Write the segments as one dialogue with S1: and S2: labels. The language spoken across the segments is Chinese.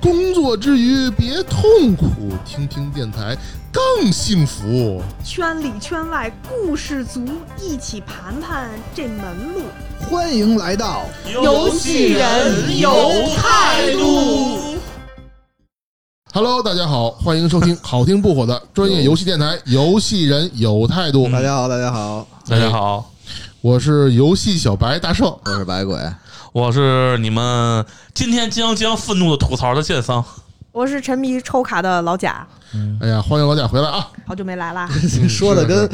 S1: 工作之余别痛苦，听听电台更幸福。
S2: 圈里圈外故事足，一起盘盘这门路。
S3: 欢迎来到
S2: 游戏人有态度。
S1: Hello，大家好，欢迎收听好听不火的专业游戏电台《游戏人有态度》。
S3: 大家好，大家好，
S4: 大家好，
S1: 我是游戏小白大圣。
S3: 我是白鬼。
S4: 我是你们今天将将愤怒的吐槽的剑桑。
S2: 我是沉迷抽卡的老贾，
S1: 哎呀，欢迎老贾回来啊！
S2: 好久没来 啦。
S3: 嗯 说的跟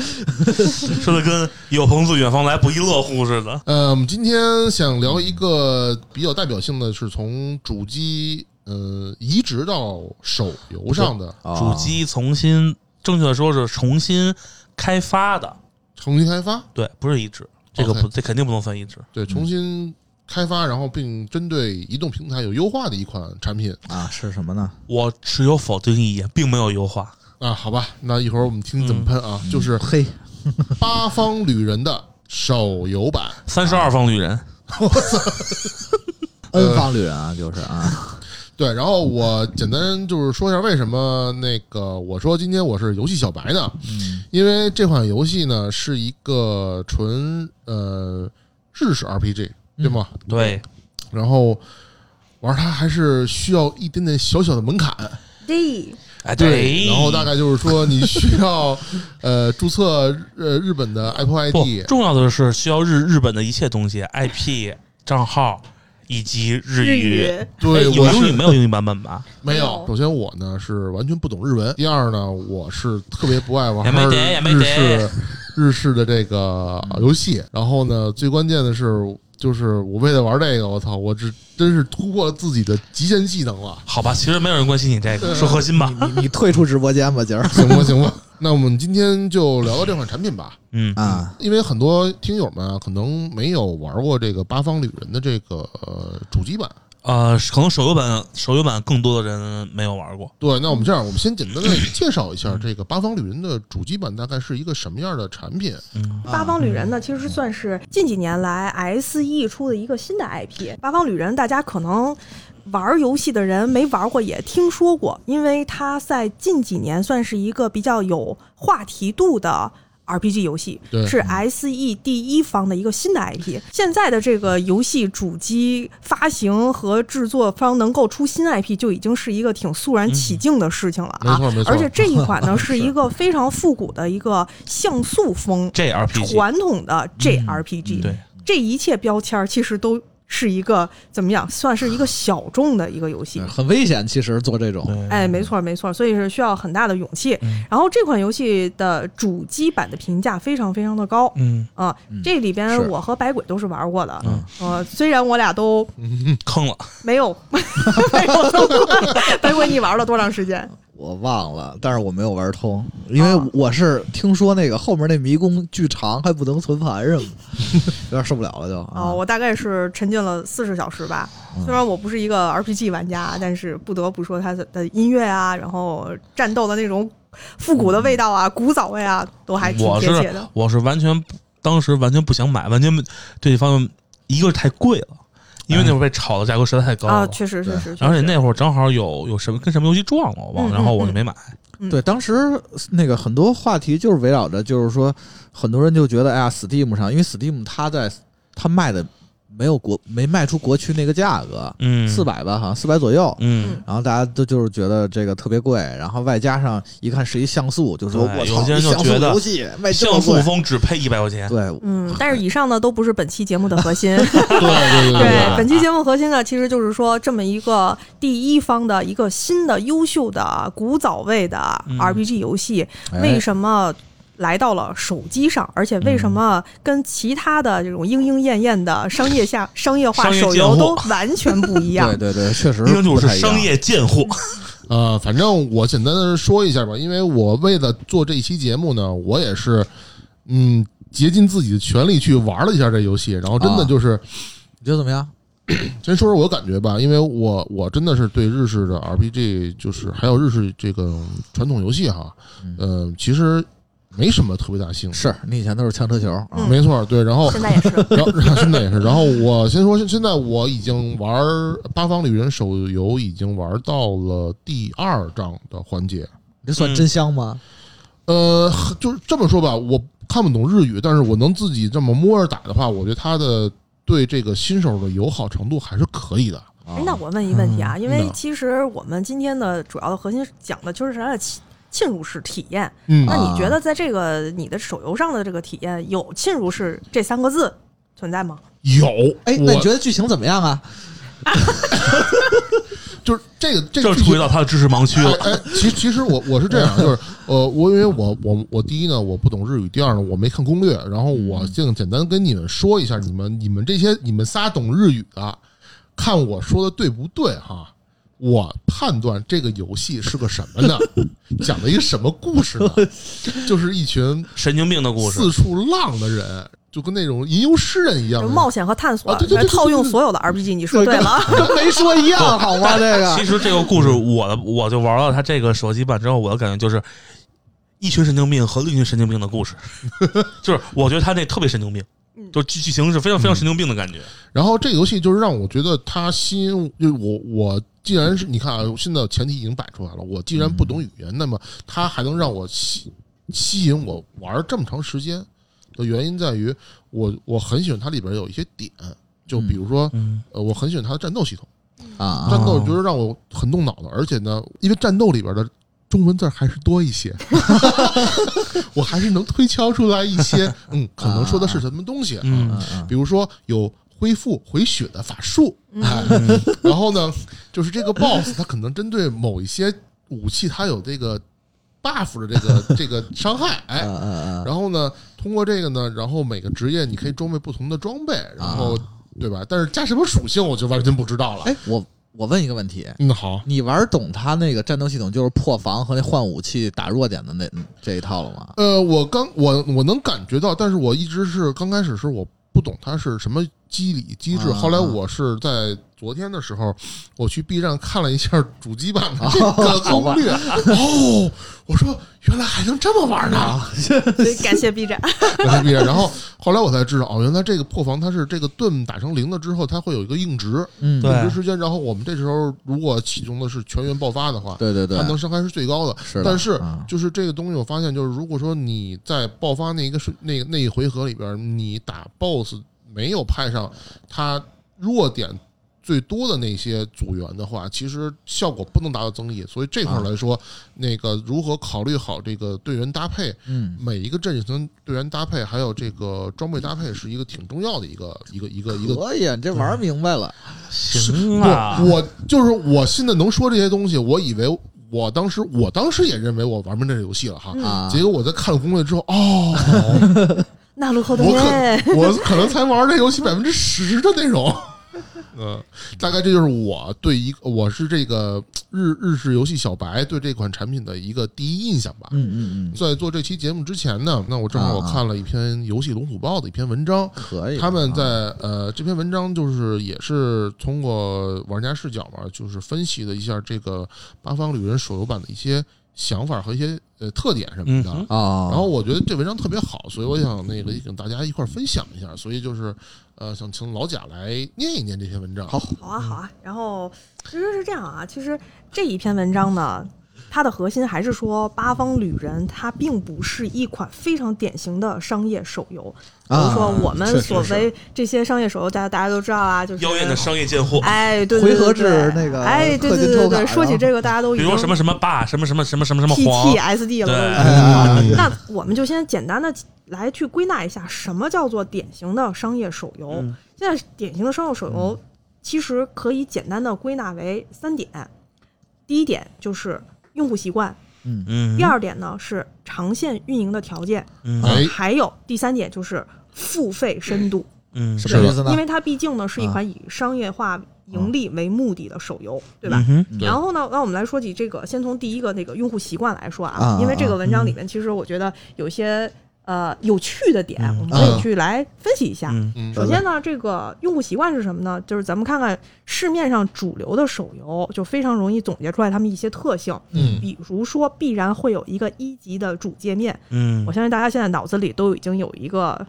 S4: 说的跟有朋自远方来不亦乐乎似的。
S1: 呃，我们今天想聊一个比较代表性的是从主机呃移植到手游上的，
S3: 哦
S4: 主机重新，正确的说是重新开发的，
S1: 重新开发，
S4: 对，不是移植，这
S1: 哦
S4: 个不这肯定不能算移植。
S1: 对，重新开发，然后并针对移动平台有优化的一款产品
S3: 啊是什么呢？
S4: 我持有否定意见，并没有优化。
S1: 啊。好吧，那一会儿我们听怎么喷啊，就是
S3: 嘿，
S1: 八方旅人的手游版。
S4: 三十
S1: 啊
S4: 二方旅人，
S3: 恩方旅人啊，就是啊，
S1: 对，然后我简单就是说一下为什么那个我说今天我是游戏小白呢？因为这款游戏呢是一个纯呃日式 RPG，对吗？
S4: 对，
S1: 然后玩它还是需要一点点小小的门槛，
S2: D，
S4: 哎
S1: 然后大概就是说你需要 呃注册呃日本的 Apple
S4: 不
S1: ID，
S4: 重要的是需要日日本的一切东西，IP 账号以及日
S2: 日
S4: 语。
S2: 语
S4: 哎
S1: 对，
S4: 有
S1: 我
S4: 英语
S1: 是
S4: 没有英语版本吧？
S1: 没有
S4: 哎
S2: 有。
S1: 首先我呢是完全不懂日文，第二呢我是特别不爱玩
S4: 也没得也没
S1: 日
S4: 得
S1: 式日式的这个呃游戏。然后呢，最关键的是，就是我为了玩这个，我操，我这真是突破了自己的极限技能了。
S4: 好吧，其实没有人关心你这
S2: 嗯
S4: 个，说核心吧。
S3: 你
S1: 嗯
S3: 你你退出直播间吧，今儿
S1: 行 吧，行吧，那我们今天就聊聊这款产品吧。
S4: 嗯，
S3: 啊，
S1: 因为很多听友们啊，可能没有玩过这个《八方旅人》的这个呃主机版。
S4: 呃，可能手游版手游版更多的人没有玩过。
S1: 对，那我们这样，我们先简单的介绍一下这个《八方旅人》的主机版大概是一个什么样的产品。
S4: 嗯，
S1: 啊
S2: 八方旅人呢，其实算是近几年来 S E 出的一个新的 IP。八方旅人，大家可能玩游戏的人没玩过，也听说过，因为它在近几年算是一个比较有话题度的。RPG 游戏
S1: 对
S2: 是 SE 第一方的一个新的 IP，现在的这个游戏主机发行和制作方能够出新 IP，就已经是一个挺肃然起敬的事情了
S1: 没
S2: 啊！
S1: 错，没错。
S2: 而且这一款 呢是一个非常复古的一个像素风
S4: 这 RPG
S2: 传统的 JRPG，、
S4: 嗯对，
S2: 这一切标签儿其实都是一个怎么讲，算是一个小众的一个游戏。
S3: 啊很危险，其实做这种
S4: 对
S2: 哎，没错没错，所以是需要很大的勇气。
S4: 嗯
S2: 然后这款游戏的主机版的评价非常非常的高
S4: 嗯，
S2: 啊，这里边
S3: 是
S2: 我和百鬼都是玩过的
S4: 嗯，
S2: 呃，虽然我俩都
S1: 嗯
S4: 坑了。
S2: 没有 没有通 关。百鬼，你玩了多长时间？
S3: 我忘了，但是我没有玩通，因为我是听说那个后面那迷宫巨长，还不能存盘什么的， 有点受不了了就
S2: 哦，
S3: 啊。
S2: 我大概是沉浸了四十小时吧。
S3: 嗯
S2: 虽然我不是一个 RPG 玩家，但是不得不说它的的音乐啊，然后战斗的那种复古的味道啊、古早味啊，都还挺
S4: 我
S2: 贴切
S4: 是
S2: 的。
S4: 我是完全不当时完全不想买，完全对这方面一个是太贵了，因为
S3: 嗯
S4: 那会儿被炒的价格实在太高
S2: 啊，
S4: 了。
S2: 确实
S3: 对
S2: 确实，确
S4: 而且
S2: 实
S4: 那会儿正好有有什么跟什么游戏撞了，我忘
S2: 嗯
S4: 了，
S2: 嗯
S4: 然后我就没买。
S3: 对，当时那个很多话题就是围绕着，就是说很多人就觉得，哎呀，Steam 上，因为 Steam 它在它卖的没有国没卖出国区那个价格，
S4: 嗯，
S3: 四，百吧，好像四百左右。
S4: 嗯，
S3: 然后大家都就是觉得这个特别贵，然后外加上一看是一像素，就说
S4: 对
S3: 我
S4: 有
S3: 操，
S4: 些人就
S3: 一像素
S4: 觉得
S3: 游戏卖哎这
S4: 像
S3: 么
S4: 素
S3: 贵，
S4: 风只配一百块钱。
S3: 对，
S2: 嗯，但是以上呢都不是本期节目的核心。
S1: 对对对
S2: 对，本期节目核心呢，其实就是说这么一个第一方的一个新的优秀的古早味的
S4: 嗯
S2: RPG 游戏，
S3: 哎
S2: 为什么来到了手机上，而且为什
S1: 嗯
S2: 么跟其他的这种莺莺燕燕的商业 下商业化
S4: 商业
S2: 手
S4: 贱
S2: 游
S4: 货
S2: 都完全不一样
S3: 对？对对，确实
S4: 一听就
S3: 不
S4: 是
S3: 太一样
S4: 商业贱货，
S2: 嗯
S1: 呃，反正我简单的说一下吧，因为我为了做这一期节目呢，我也是，嗯，竭尽自己的全力去玩了一下这游戏，然后真的
S3: 啊
S1: 就是，
S3: 你觉得怎么样？
S1: 先说说我感觉吧，因为我我真的是对日式的 RPG，就是还有日式这个传统游戏哈，
S3: 嗯
S1: 嗯、其实没什么特别大
S4: 嗯
S1: 兴趣，
S3: 是你以前都是枪车球啊，
S2: 嗯
S1: 没错，对，然后
S2: 现在也 是，
S1: 然后现在也是，然后我先说，现现在我已经玩《八方旅人》手游，已经玩到了第二章的环节。
S3: 你这
S4: 嗯
S3: 算真香吗？
S1: 呃，就是这么说吧，我看不懂日语，但是我能自己这么摸着打的话，我觉得它的对这个新手的友好程度还是可以的。
S2: 哎，那我问一问题啊，因为
S1: 那
S2: 其实我们今天的主要的核心讲的就是它的侵侵入式体验。
S1: 嗯
S2: 那你觉
S3: 啊
S2: 得在这个你的手游上的这个体验有侵入式这三个字存在吗？
S1: 有，
S3: 哎，那你
S1: 我
S3: 觉得剧情怎么样啊？
S1: 就是这个这
S4: 这
S1: 个
S4: 是
S1: 剧
S4: 触
S1: 情
S4: 及到他的知识盲区了。
S1: 哎，哎 其其实我我是这样，就是呃，我因为我我我第一呢，我不懂日语；第二呢，我没看攻略。然后我
S4: 嗯
S1: 净简单跟你们说一下，你们你们这些你们仨懂日语的，看我说的对不对哈？我判断这个游戏是个什么呢？讲的一个什么故 事呢？就是一群
S4: 神经病的故事，
S1: 四处浪的人，就跟那种吟游诗人一样
S2: 就
S1: 的
S2: 是
S1: 人，
S2: 冒险和探索
S1: 啊，对对对对对
S2: 套用所有的 RPG，你说对了啊。
S3: 跟没说一样，好 吗？这
S4: 其
S3: 个
S4: 实这个故事，我的我就玩了它这个手机版之后，我的感觉就是一群神经病和另一群神经病的故事， 就是我觉得他那特别神经病，
S2: 嗯
S4: 就剧剧情是非常非
S3: 嗯
S4: 常神经病的感觉。
S1: 然后这个游戏就是让我觉得它吸引我，就是我我既然是你看啊，现在前提已经摆出来了，我既然不懂语言，那么它还能让我吸吸引我玩这么长时间的原因在于我我很喜欢它里边有一些点，就比如说、
S4: 嗯，
S1: 呃，我很喜欢它的战斗系统，
S3: 啊，
S1: 战斗就是让我很动脑子，而且呢，因为战斗里边的。中文字儿还是多一些， 我还是能推敲出来一些，嗯，可能说的是什么东西啊，
S4: 嗯
S3: 嗯嗯
S1: 比如说有恢复回血的法术，哎，然后呢，就是这个 BOSS 他可能针对某一些武器，它有这个 buff 的这个这个伤害，哎，
S3: 嗯嗯嗯，
S1: 然后呢，通过这个呢，然后每个职业你可以装备不同的装备，然后对吧？但是加什么属性我就完全不知道了。
S3: 哎，我我问一个问题。
S1: 嗯，好，
S3: 你玩懂他那个战斗系统，就是破防和那换武器打弱点的那嗯这一套了吗？
S1: 呃，我刚我我能感觉到，但是我一直是刚开始是我不懂它是什么机理机制，
S3: 啊
S1: 后来我是在昨天的时候，我去 B 站看了一下主机版 的这个攻略，哦，我说原来还能这么玩
S3: 啊
S1: 呢，
S2: 所以 感谢 B 站，
S1: 我去 B 站，然后后来我才知道，哦，原来这个破防它是这个盾打成零了之后，它会有一个硬值，
S3: 嗯，
S4: 对
S1: 硬值时间，然后我们这时候如果启动的是全员爆发的话，
S3: 对对对
S1: 它，能伤害是最高的，
S3: 是的，
S1: 但是
S3: 啊
S1: 就是这个东西，我发现就是，如果说你在爆发那一个瞬那那一回合里边，你打 BOSS 没有派上他弱点最多的那些组员的话，其实效果不能达到增益。所以这块
S3: 啊
S1: 儿来说，那个如何考虑好这个队员搭配，
S3: 嗯，
S1: 每一个阵型队员搭配，还有这个装备搭配，是一个挺重要的一个一个一个一个
S3: 可以，啊你这玩明白了，
S4: 行啊
S1: 不，，我就是我现在能说这些东西，我以为我当时我当时也认为我玩明白这游戏了哈，
S2: 嗯
S3: 啊
S1: 结果我在看了攻略之后，哦，
S2: 那路后
S1: 我
S2: 耶，
S1: 可我可能才玩这游戏百分之十的内容。嗯，大概这就是我对一个我是这个日日式游戏小白对这款产品的一个第一印象吧。
S3: 嗯嗯嗯，
S1: 在做这期节目之前呢，那我正好我
S3: 啊啊
S1: 看了一篇游戏《龙虎豹》的一篇文章，
S3: 可以，啊
S1: 他们在呃这篇文章就是也是通过玩家视角嘛，就是分析了一下这个《八方旅人》手游版的一些想法和一些呃特点什么的。
S4: 嗯哼
S3: 啊，
S1: 然后我觉得这文章特别好，所以我想那个也跟大家一块儿分享一下，所以就是呃想请老贾来念一念这篇文章。
S3: 好，
S2: 好啊好啊。
S3: 嗯
S2: 然后其实是这样啊，其实这一篇文章呢，它的核心还是说《八方旅人》它并不是一款非常典型的商业手游，比如
S3: 啊
S2: 说我
S3: 是
S2: 们
S3: 是
S2: 所
S3: 是
S2: 谓这些商业手游，大家大家都知道啊，就是
S4: 妖艳的商业贱货，
S2: 哎，对对对
S3: 回合
S2: 对
S3: 制那个
S2: 哎，对
S3: 氪
S2: 对
S3: 金
S2: 对对
S3: 抽卡
S2: 对，
S3: 然
S2: 说起
S3: 后
S2: 这个，大家都已
S4: 比
S2: 经
S4: 如说什么什么霸，什么什么什么什么什么黄，
S2: PTSD 了都已
S4: 对
S2: 经。
S3: 哎哎哎
S2: 那我们就先简单的来去归纳一下，什么叫做典型的商业手游？
S4: 嗯
S2: 现在典型的商业手游其实可以简单的归纳为三点。第一点就是用户习惯，
S3: 嗯
S4: 嗯，
S2: 第二点呢是长线运营的条件，
S4: 嗯，
S1: 哎
S2: 还有第三点就是付费深度，
S4: 嗯，
S3: 什么意思呢
S2: 因？为它毕竟呢是一
S3: 啊
S2: 款以商业化盈利为目的的手游，对吧？
S4: 嗯
S1: 对
S2: 然后呢，那我们来说起这个，先从第一个那个用户习惯来说
S3: 啊
S2: 啊，因为这个文章里面其实我觉得有些呃有趣的点，我们可
S1: 嗯
S2: 以去来分析一下。
S4: 哼，
S1: 嗯
S2: 首先呢，这个用户习惯是什么呢？就是咱们看看市面上主流的手游，就非常容易总结出来他们一些特性，
S1: 嗯
S2: 比如说必然会有一个一级的主界面，
S4: 嗯
S2: 我相信大家现在脑子里都已经有一个。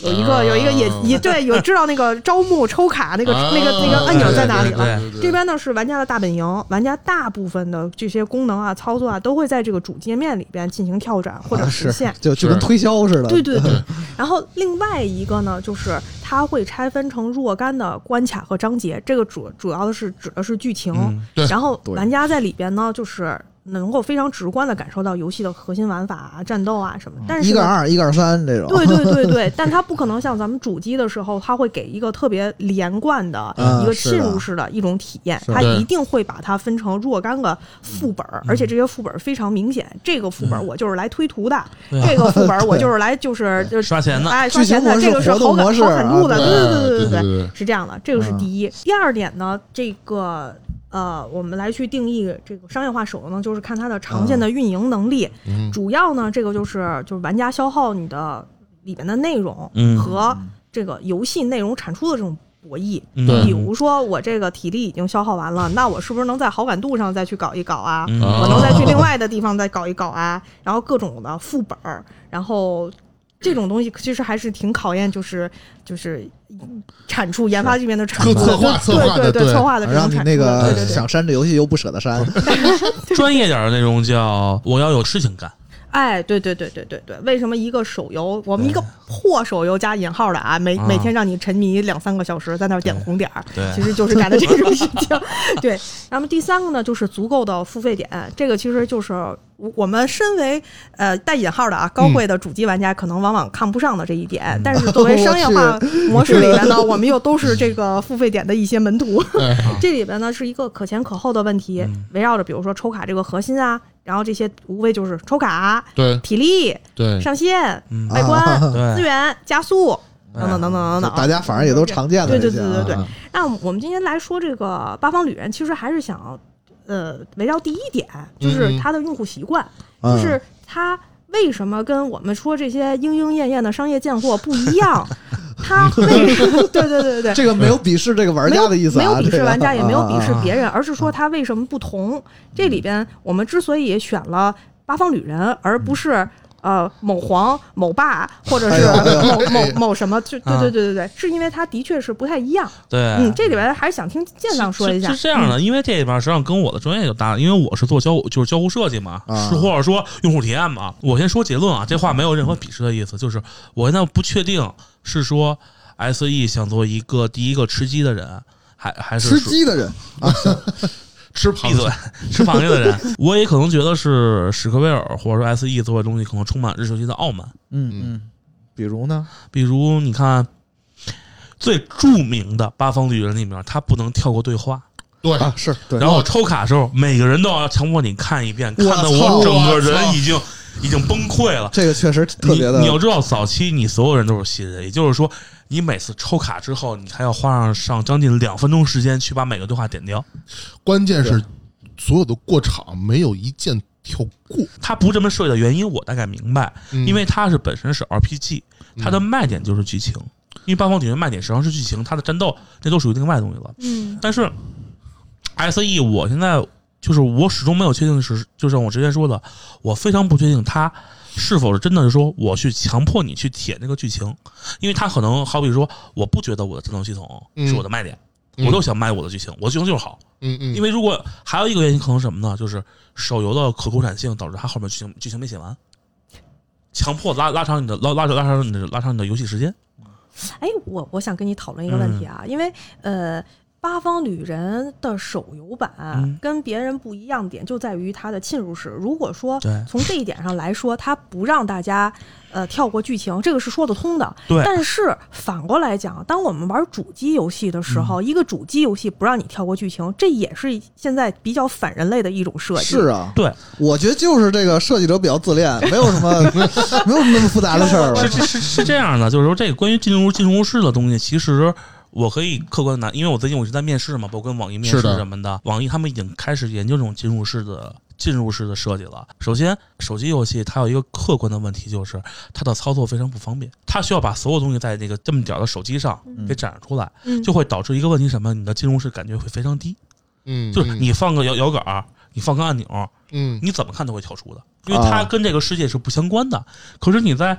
S2: 有一个
S1: 啊
S2: 有一个也也对，有知道那个招募抽卡那个那个那个按钮在哪里了。
S1: 对对对对
S2: 这边呢是玩家的大本营，玩家大部分的这些功能啊、操作啊，都会在这个主界面里边进行跳转或者
S3: 啊
S2: 实
S3: 是嗯
S2: 现。
S3: 就就跟
S1: 是
S3: 推销似的，
S2: 对对对，然后另外一个呢，就是它会拆分成若干的关卡和章节，这个主主要的是指的是剧情，
S4: 嗯
S1: 对
S2: 然后
S3: 对
S2: 玩家在里边呢，就是能够非常直观的感受到游戏的核心玩法啊、战斗啊什么的，但是
S3: 嗯一
S2: 呢
S3: 杠二，一杠三这种，
S2: 对对对 对，但它不可能像咱们主机的时候，它会给一个特别连贯的
S3: 嗯
S2: 一个
S3: 是
S2: 浸
S3: 的
S2: 入式的一种体验，
S3: 是嗯
S2: 它
S1: 对
S2: 一定会把它分成若干个副本儿，而且这些副本儿非常明显。这个副本儿我就是来推图 的，
S4: 对
S2: 这个副本儿我就是来就是就
S4: 刷钱的
S2: 哎，刷钱的，
S3: 剧
S2: 这
S3: 情模式
S2: 个是
S3: 活动
S2: 好感
S3: 模式
S2: 好感度的，
S3: 啊
S2: 对对
S1: 对
S2: 对
S1: 对对对
S2: 是这样的，这个是
S3: 嗯
S2: 第一。第二点呢，这个。呃，我们来去定义这个商业化手游呢，就是看它的长线的运营能力，
S1: 嗯
S2: 主要呢，这个就是就是玩家消耗你的里面的内容
S4: 嗯
S2: 和这个游戏内容产出的这种博弈。
S4: 嗯
S1: 对
S2: 比如说，我这个体力已经消耗完了，那我是不是能在好感度上再去搞一搞啊？
S4: 嗯
S1: 啊
S2: 我能再去另外的地方再搞一搞啊？然后各种的副本儿，然后这种东西其实还是挺考验，就是就是产出研发这边的产出
S1: 策划策划
S2: 对
S1: 的
S2: 对
S1: 对
S2: 策划的这
S3: 啊让
S2: 种
S3: 你
S2: 产出
S3: 那
S2: 的对
S3: 个
S2: 对对
S3: 想删这游戏又不舍得删，
S4: 专业点儿的那种叫我要有事情干，
S2: 哎，对对对对对对，为什么一个手游，我们一个破手游加引号的啊，每每天让你沉迷两三个小时，在那儿点红点儿，
S4: 对
S2: 其实就是干的这种事情。 对，那么第三个呢，就是足够的付费点，这个其实就是我我们身为呃带引号的啊
S4: 嗯
S2: 高贵的主机玩家，可能往往看不上的这一点。 但是作为 商业化模式里面呢，我们又都是这个付费点的一些门
S4: 嗯
S2: 徒。
S1: 哎
S2: 这里边呢是一个可前可后的问题，围绕着比如说抽卡这个核心啊，然后这些无非就是抽卡、
S1: 对
S2: 体力、
S1: 对
S2: 上线、
S4: 嗯
S2: 外观、
S3: 啊
S2: 资
S4: 对，
S2: 源、加速等等等等等等。
S3: 哎
S2: 啊
S3: 大家反正也都常见的
S2: 对
S3: 这
S2: 对
S3: 些
S2: 对
S3: 啊，
S2: 对对对。那我们今天来说这个八方旅人，其实还是想呃围绕第一点，就是它的用户习惯，
S3: 嗯
S2: 就是它。为什么跟我们说这些莺莺燕燕的商业贱货不一 样？它为什么？ 对对对对，
S3: 这个没有鄙视这个玩
S2: 没
S3: 家
S2: 有
S3: 的意思
S2: 没
S3: 啊，
S2: 有鄙
S3: 这
S2: 视
S3: 个
S2: 玩家，也没有鄙视
S3: 啊啊啊
S2: 别人，而是说他为什么不同。这里边我们之所以选了八方旅人，而不是。呃，某皇、某霸，或者是
S3: 嗯哎呦
S2: 某
S3: 哎
S2: 某
S3: 呦
S2: 某什么，就对
S4: 啊
S2: 对对对对，是因为它的确是不太一样。
S4: 对，
S3: 哎
S2: 嗯，这里边还是想听舰长说一下嗯
S4: 是是。是这样的，因为这里边儿实际上跟我的专业就搭了，因为我是做交互，就是交互设计嘛，
S3: 啊
S4: 是或者说用户体验嘛。我先说结论啊，这话没有任何鄙视的意思，就是我现在不确定是说 S E 想做一个第一个吃鸡的人，还还是
S3: 吃
S4: 说
S3: 鸡的人，
S1: 吃螃
S4: 闭嘴
S1: 蟹，
S4: 吃螃蟹的人。我也可能觉得是史克威尔或者说 S E 做的东西可能充满日球机的傲慢，
S3: 嗯嗯，比如呢，
S4: 比如你看最著名的八方旅人里面，他不能跳过对话。
S1: 对
S3: 啊是对，
S4: 然后抽卡的时候，每个人都要强迫你看一遍，看的
S3: 我操
S4: 我整个
S1: 我
S4: 人
S1: 操
S4: 已经已经崩溃了。
S3: 这个确实特
S4: 你
S3: 别的
S4: 你要知道，早期你所有人都是新人，也就是说，你每次抽卡之后，你还要花上上将近两分钟时间去把每个对话点掉。
S1: 关键是所有的过场没有一件跳过，
S4: 它不这么设计的原因，我大概明白，
S1: 嗯
S4: 因为它是本身是 RPG，它
S3: 嗯
S4: 的卖点就是剧情。因为《八方旅人》卖点实际上是剧情，它的战斗那都属于另外东西了。
S2: 嗯
S4: 但是 S E 我现在就是我始终没有确定的是，就像我之前说的，我非常不确定他是否是真的是说我去强迫你去铁那个剧情，因为他可能好比说，我不觉得我的战斗系统是我的卖点，
S1: 嗯
S4: 我就想卖我的剧情，我的剧情就是好。
S1: 嗯嗯，
S4: 因为如果还有一个原因，可能是什么呢？就是手游的可扩展性导致它后面剧情剧情没写完。强迫拉拉长你的拉拉拉长你的拉长你的游戏时间，嗯
S2: 哎，我我想跟你讨论一个问题啊，因为呃，八方旅人的手游版、
S4: 嗯
S2: 跟别人不一样点就在于它的侵入式。如果说
S4: 对
S2: 从这一点上来说，它不让大家呃跳过剧情，这个是说得通的。
S4: 对
S2: 但是反过来讲，当我们玩主机游戏的时
S4: 嗯
S2: 候，一个主机游戏不让你跳过剧情，这也是现在比较反人类的一种设计。
S3: 是啊，
S4: 对，
S3: 我觉得就是这个设计者比较自恋，没有什 么没有什么那么复杂的事儿吧
S4: 是。是是是这样的，就是说这个关于进入进入式的东西，其实我可以客观的拿，因为我最近我是在面试嘛，包括跟网易面试
S1: 是的
S4: 什么的，网易他们已经开始研究这种进入式的进入式的设计了。首先，手机游戏它有一个客观的问题，就是它的操作非常不方便，它需要把所有东西在那个这么点儿的手机上给展示出来，
S2: 嗯，
S4: 就会导致一个问题什么，你的进入式感觉会非常低，
S1: 嗯，
S4: 就是你放个摇摇杆儿。你放个按钮，
S1: 嗯，
S4: 你怎么看都会跳出的，因为它
S3: 啊
S4: 跟这个世界是不相关的。可是你在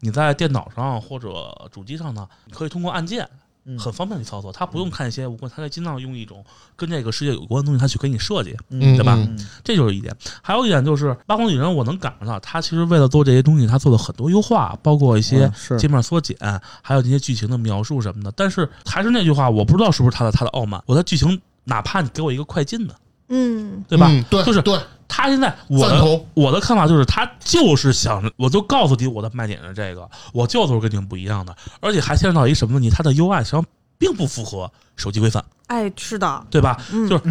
S4: 你在电脑上或者主机上呢，你可以通过按键
S3: 嗯
S4: 很方便去操作，它不用看一些无关，它在尽量用一种跟这个世界有关的东西，它去给你设计，
S1: 嗯
S4: 对吧？
S1: 嗯
S4: 这就是一点。还有一点就是《八方旅人》，我能感受到他其实为了做这些东西，他做了很多优化，包括一些
S3: 嗯是
S4: 界面缩减，还有这些剧情的描述什么的。但是还是那句话，我不知道是不是他的他的傲慢，我的剧情哪怕你给我一个快进的，
S2: 嗯，
S4: 对吧？
S1: 嗯对，
S4: 就是
S1: 对，
S4: 他现在我
S1: 赞
S4: 的
S1: 同
S4: 我的看法就是，他就是想，我就告诉你我的卖点是这个，我就是跟你们不一样的，而且还牵扯到一什么问题，它的 UI 实际上并不符合手机规范，
S2: 哎，是的，
S4: 对吧？
S2: 嗯，
S4: 就是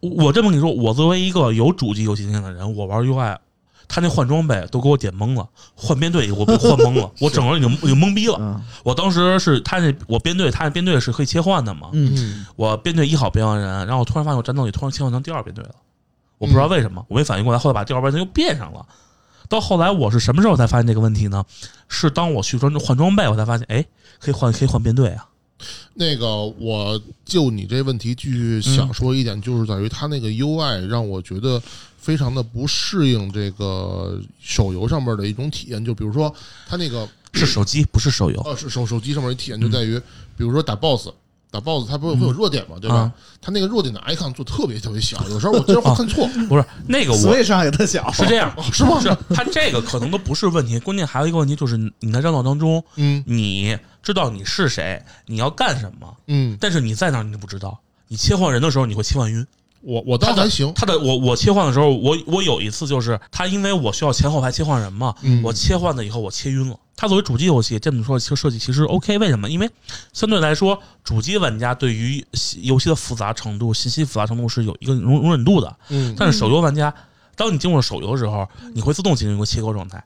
S4: 我我这么跟你说，我作为一个有主机游戏经验的人，我玩 UI，他那换装备都给我点懵了，换编队也给我换懵了，我整个人已经已经懵逼了。
S3: 嗯
S4: 我当时是他那我编队，他那编队是可以切换的嘛？
S3: 嗯，
S1: 嗯
S4: 我编队一号编完人，然后我突然发现我战斗里突然切换成第二编队了，我不知道为什么，我没反应过来，后来把第二编队又变上了。到后来我是什么时候才发现这个问题呢？是当我去装换装备，我才发现，哎，可以换可以换编队啊。
S1: 那个，我就你这问题继续
S4: 嗯
S1: 想说一点，就是在于它那个 UI 让我觉得非常的不适应这个手游上面的一种体验。就比如说它那个
S4: 是嗯手机，不是手游。
S1: 呃手手手机上面的体验，就在于、比如说打 BOSS。打 BOSS 它不是会有弱点嘛，对吧
S4: 嗯啊？
S1: 它那个弱点的 icon 做特别特别小，有时候我经常会看错。
S4: 不是那个我
S3: 所以上也特小，
S4: 是这样，
S1: 是吗
S4: 是它这个可能都不是问题，关键还有一个问题就是你在战斗当中，
S1: 嗯
S4: 你知道你是谁，你要干什么，
S1: 嗯，
S4: 但是你在哪儿你不知道。你切换人的时候你会切换晕，
S1: 我我倒还行，
S4: 他的我我切换的时候，我我有一次就是他，因为我需要前后排切换人嘛，
S1: 嗯
S4: 我切换了以后我切晕了。它作为主机游戏，这么说其实设计其实 OK，为什么？因为相对来说，主机玩家对于游戏的复杂程度、信息复杂程度是有一个容容忍度的，
S1: 嗯
S4: 但是手游玩家，当你进入了手游的时候，你会自动进入一个切割状态，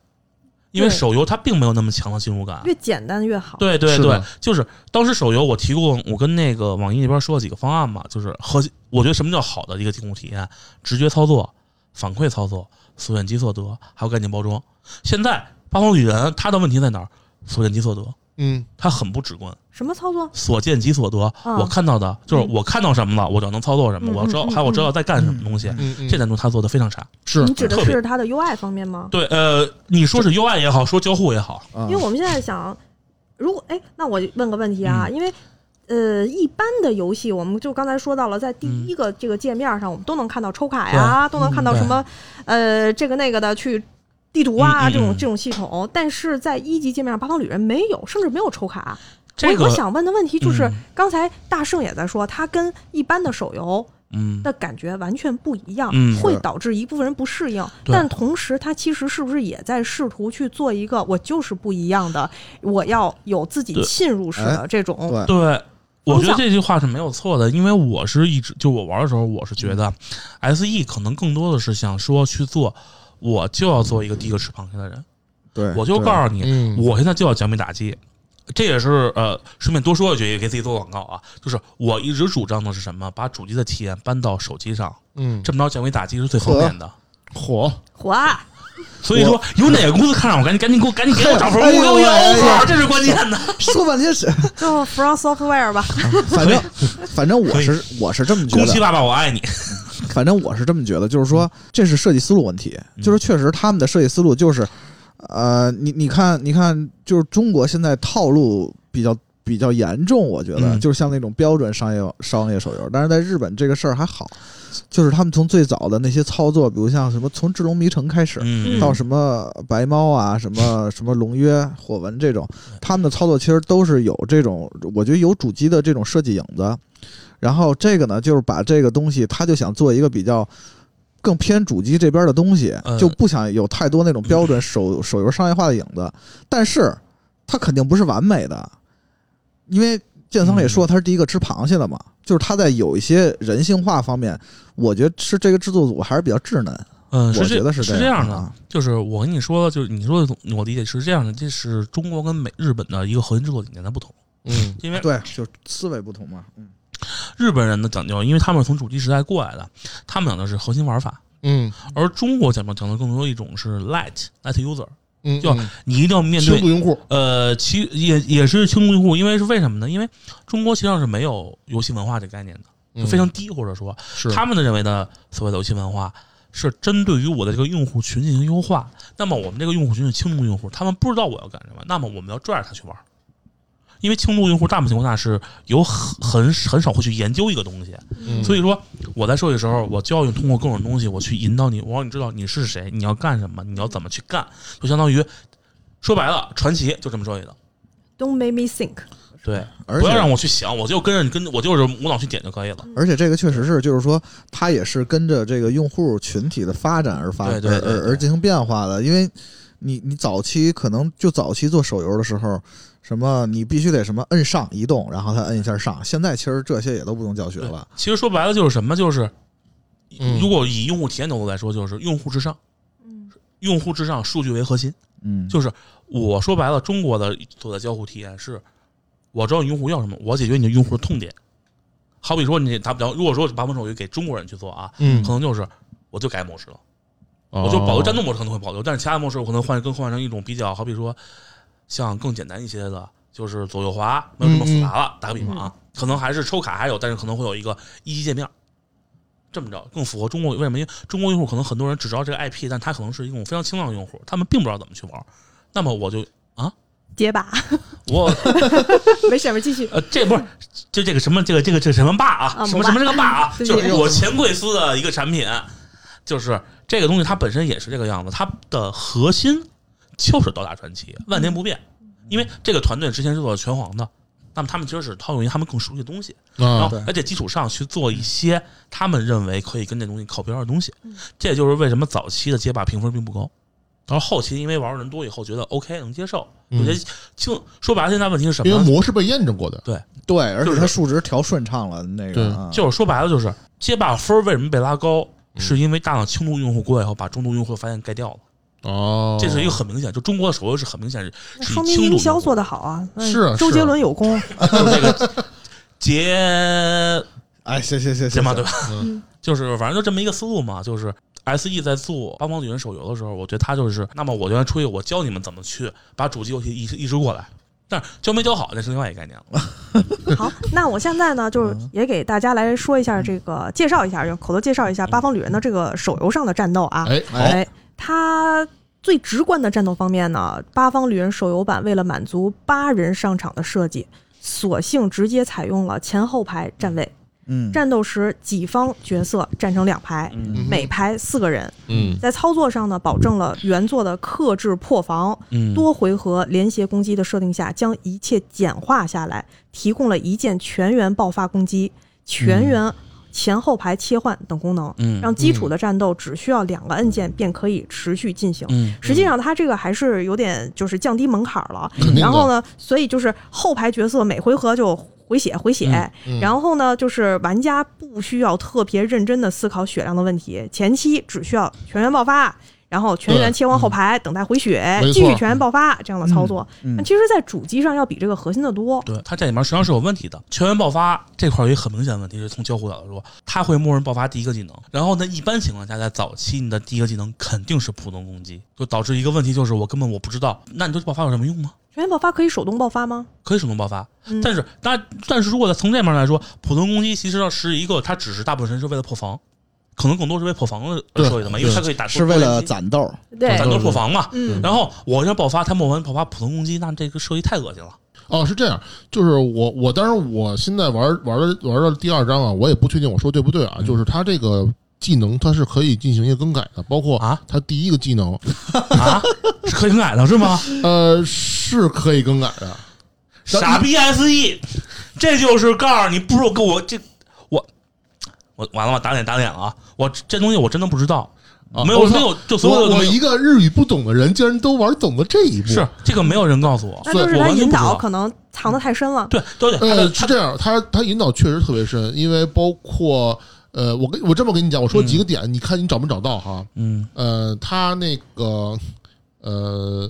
S4: 因为
S2: 对
S4: 手游它并没有那么强的进入感。
S2: 越简单越好。
S4: 对对
S1: 是
S4: 对
S1: 的，
S4: 就是当时手游我提过，我跟那个网易那边说了几个方案嘛，就是核心，我觉得什么叫好的一个用户体验，直觉操作、反馈操作、缩减基测得，还有概念包装。现在八方旅人它的问题在哪儿？缩减基测得，
S1: 嗯
S4: 它很不直观。
S2: 什么操作？
S4: 所见即所得，
S2: 嗯
S4: 我看到的就是我看到什么了，我就能操作什么，
S2: 嗯
S4: 我知道
S2: 嗯嗯
S4: 还有我知道在干什么东西。
S1: 嗯嗯，
S4: 这点中他做的非常差。
S1: 是
S2: 你指的
S4: 特别
S2: 是它的 UI 方面吗？
S4: 对，呃，你说是 UI 也好，说交互也好，
S3: 啊
S2: 因为我们现在想，如果哎，那我问个问题啊，
S4: 嗯
S2: 因为呃，一般的游戏我们就刚才说到了，在第一个这个界面上，我们都能看到抽卡呀，都能看到
S4: 对
S2: 什么呃这个那个的去。地图啊，
S4: 嗯嗯
S2: 这种
S4: 嗯
S2: 这种系统，但是在一级界面上，八方旅人没有，甚至没有抽卡。
S4: 这
S2: 我
S4: 个
S2: 我想问的问题就是
S4: 嗯，
S2: 刚才大圣也在说，它跟一般的手游
S4: 嗯，
S2: 的感觉完全不一样，
S4: 嗯
S2: 会
S3: 是
S2: 导致一部分人不适应。
S4: 对
S2: 但同时，他其实是不是也在试图去做一个我就是不一样的，我要有自己
S4: 对
S2: 浸入式的这种
S3: 啊对，
S4: 对，我觉得
S2: 向
S4: 这句话是没有错的，因为我是一直就我玩的时候，我是觉得 S E 可能更多的是想说去做，我就要做一个第一个吃螃蟹的人，
S3: 对，
S4: 我就告诉你，
S1: 嗯
S4: 我现在就要奖品打击。这也是呃，顺便多说一句，也给自己做广告啊。就是我一直主张的是什么？把主机的体验搬到手机上，
S1: 嗯
S4: 这么着奖品打击是最方便的。
S1: 火
S2: 火啊，
S4: 所以说，有哪个公司看上我，赶紧赶紧给我赶紧给我找份工
S3: 哎呦
S4: 作，给我要
S3: 哎呦
S4: offer，这是关键的。
S3: 对说半天是，
S2: 就 From Software 吧。
S3: 反正反正我是我是这么觉
S4: 宫崎
S3: 得，
S4: 爸爸，我爱你。
S3: 反正我是这么觉得，就是说这是设计思路问题，就是确实他们的设计思路就是，呃，你你看你看，就是中国现在套路比较。比较严重，我觉得、
S4: 嗯
S3: 就是像那种标准商业商业手游，但是在日本这个事儿还好，就是他们从最早的那些操作，比如像什么从《智龙迷城》开始，
S4: 嗯，
S3: 到什么白猫啊，什么什么龙约、火纹这种，他们的操作其实都是有这种，我觉得有主机的这种设计影子。然后这个呢，就是把这个东西，他就想做一个比较更偏主机这边的东西，
S4: 嗯
S3: 就不想有太多那种标准手手游商业化的影子。但是它肯定不是完美的，因为建仓也
S4: 嗯
S3: 说他是第一个吃螃蟹的嘛，就是他在有一些人性化方面，我觉得是这个制作组还是比较稚嫩。
S4: 嗯，
S3: 我
S4: 是
S3: 觉
S4: 这
S3: 得是
S4: 是这样的，
S3: 啊
S4: 就是我跟你说，就是你说的，我理解是这样的，这是中国跟美日本的一个核心制作理念的不同，
S1: 嗯
S4: 因为
S3: 对，就是思维不同嘛。嗯，
S4: 日本人的讲究，因为他们是从主机时代过来的，他们讲的是核心玩法，
S1: 嗯
S4: 而中国讲究讲的更多一种是 light light user，
S1: 嗯，
S4: 就你一定要面
S1: 轻
S4: 对
S1: 度用户，
S4: 呃，其也也是轻度用户，因为是为什么呢？因为中国实际上是没有游戏文化这概念的，
S1: 嗯
S4: 非常低，或者说
S1: 是
S4: 他们的认为的所谓的游戏文化是针对于我的这个用户群进行优化。那么我们这个用户群是轻度用户，他们不知道我要干什么，那么我们要拽着他去玩儿。因为轻度用户大部分情况下是有很很很少会去研究一个东西，
S1: 嗯
S4: 所以说我在设计的时候，我就要用通过各种东西，我去引导你，我让你知道你是谁，你要干什么，你要怎么去干，就相当于说白了，传奇就这么设计的。
S2: Don't make me think。
S4: 对，
S3: 而
S4: 不
S3: 且
S4: 要让我去想，我就跟着你跟我就是无脑去点就可以了。
S3: 而且这个确实是，就是说，它也是跟着这个用户群体的发展而发
S4: 对对对
S3: 而而而进行变化的。因为你你早期可能就早期做手游的时候，什么你必须得什么摁上移动，然后它摁一下上。现在其实这些也都不用教学
S4: 对
S3: 了。
S4: 其实说白了就是什么，就是
S1: 嗯
S4: 如果以用户体验角度来说，就是用户至上，
S2: 嗯，
S4: 用户至上，数据为核心。
S3: 嗯，
S4: 就是我说白了，中国的所谓的交互体验是，我知道你用户要什么，我解决你的用户的痛点。好比说你打比方，如果说把模手游给中国人去做啊，
S1: 嗯哦
S4: 可能就是我就改模式了，
S1: 我
S4: 我就保留战斗模式可能会保留，但是其他模式我可能换更换成一种比较，好比说像更简单一些的，就是左右滑，没有那么复杂了。打个比方啊，可能还是抽卡还有，但是可能会有一个一级界面。这么着更符合中国为什么？因为中国用户可能很多人只知道这个 IP，但他可能是一种非常轻量的用户，他们并不知道怎么去玩。那么我就
S2: 解把，
S4: 我
S2: 没事没事继 续。
S4: 呃，这不是就这个什么这个这个这个什么霸啊，
S2: 啊
S4: 什
S2: 摩
S4: 么什
S2: 霸
S4: 么这个霸 啊，
S2: 对
S4: 就是
S2: 对
S4: 我钱贵司的一个产品，就是这个东西它本身也是这个样子，它的核心就是刀打传奇，万年不变，因为这个团队之前是做拳皇的。那么他们其实是套用一些他们更熟悉的东西，然
S1: 啊，
S4: 后
S3: 对
S4: 在这基础上去做一些他们认为可以跟这东西靠边的东西
S2: 嗯。
S4: 这也就是为什么早期的街霸评分并不高，然后后期因为玩的人多以后觉得 OK 能接受，有些轻说白了现在问题是什么
S1: 嗯因为
S4: 呢？
S1: 模式被验证过的，
S3: 对，而
S4: 就
S3: 且
S4: 是
S3: 它数值调顺畅了，那
S1: 对
S3: 个啊
S4: 就是说白了，就是街霸分儿为什么被拉高，
S1: 嗯
S4: 是因为大量轻度用户过来以后，把中度用户发现盖掉了，
S1: 哦，
S4: 这是一个很明显，就中国的手游是很明显是
S2: 那说明营销做得好啊，那
S1: 是啊
S2: 周
S1: 是
S2: 杰
S1: 啊
S2: 伦有功，
S4: 就是这个 节
S3: 哎，行行行
S4: 节
S3: 行
S4: 嘛，对
S3: 行，
S4: 吧？
S2: 嗯
S4: 就是反正就这么一个思路嘛，就是。S E 在做《帮帮女人》手游的时候，我觉得他就是，那么我就来出去，我教你们怎么去把主机游戏移植移植过来。但是教没教好，那是另外一个概念了。
S2: 好，那我现在呢，就是
S4: 嗯
S2: 也给大家来说一下这个，介绍一下，用口头介绍一
S4: 嗯
S2: 下《八方旅人》的这个手游上的战斗啊。
S1: 哎，好，
S2: 哎，它最直观的战斗方面呢，《八方旅人》手游版为了满足八人上场的设计，索性直接采用了前后排站位，
S3: 嗯，
S2: 战斗时几方角色站成两排，
S4: 嗯
S2: 每排四个人。
S1: 嗯
S2: 在操作上呢，保证了原作的克制破防，
S4: 嗯，
S2: 多回合连携攻击的设定下，将一切简化下来，提供了一键全员爆发攻击、全员前后排切换等功能，
S4: 嗯
S2: 让基础的战斗只需要两个按键便可以持续进行。
S4: 嗯
S2: 实际上，它这个还是有点就是降低门槛了。
S1: 肯定的
S2: 然后呢，所以就是后排角色每回合就回血回血，
S1: 嗯
S2: 然后呢，就是玩家不需要特别认真的思考血量的问题，前期只需要全员爆发，然后全员
S1: 对
S2: 切换
S4: 嗯
S2: 后排，等待回血
S1: 没，错
S2: 继续全员爆发这样的操作。
S3: 嗯
S2: 那其实，在主机上要比这个核心的多。
S4: 对，它这里面实际上是有问题的。全员爆发这块儿有一个很明显的问题，是从交互角度说，它会默认爆发第一个技能。然后呢，一般情况下，在早期你的第一个技能肯定是普通攻击，就导致一个问题就是我根本我不知道，那你这爆发有什么用吗？
S2: 全员爆发可以手动爆发吗？
S4: 可以手动爆发，
S2: 嗯
S4: 但是但但是如果从这面来说，普通攻击其实上是一个，它只是大部分人是为了破防，可能更多是为破防的
S1: 对
S4: 设计的嘛，因为
S1: 对
S4: 它可以打出
S3: 是为
S4: 多
S3: 了
S4: 连击
S3: 攒豆儿，
S2: 对
S4: 咱都破防嘛。
S2: 嗯，
S4: 然后我要爆发，他默认爆发普通攻击，那这个设计太恶心了。
S1: 哦，是这样，就是我我当然我现在玩玩了玩到第二章啊，我也不确定我说对不对啊，
S4: 嗯
S1: 就是它这个技能它是可以进行一个更改的，包括
S4: 啊
S1: 它第一个技能，
S4: 啊，是可以改的是吗？
S1: 呃，是可以更改的，
S4: E，傻逼 SE，这就是告诉你不如跟我这我完了我打脸打脸了啊！我这东西我真的不知道，
S1: 啊
S4: 没有
S1: 我操
S4: 没有，就所有
S1: 我
S4: 的都
S1: 我
S4: 没有
S1: 一个日语不懂的人，竟然都玩懂了这一步。
S4: 是这个没有人告诉我，
S2: 那就是
S4: 我
S2: 他
S4: 完
S2: 引
S4: 全不知
S2: 导
S4: 道。
S2: 可能藏得太深了。
S4: 对对对，他
S1: 呃
S4: 的，
S1: 是
S4: 他
S1: 这样，他他引导确实特别深，因为包括呃，我跟我这么跟你讲，我说几个点，你看你找没找到哈？
S4: 嗯
S1: 呃，他那个呃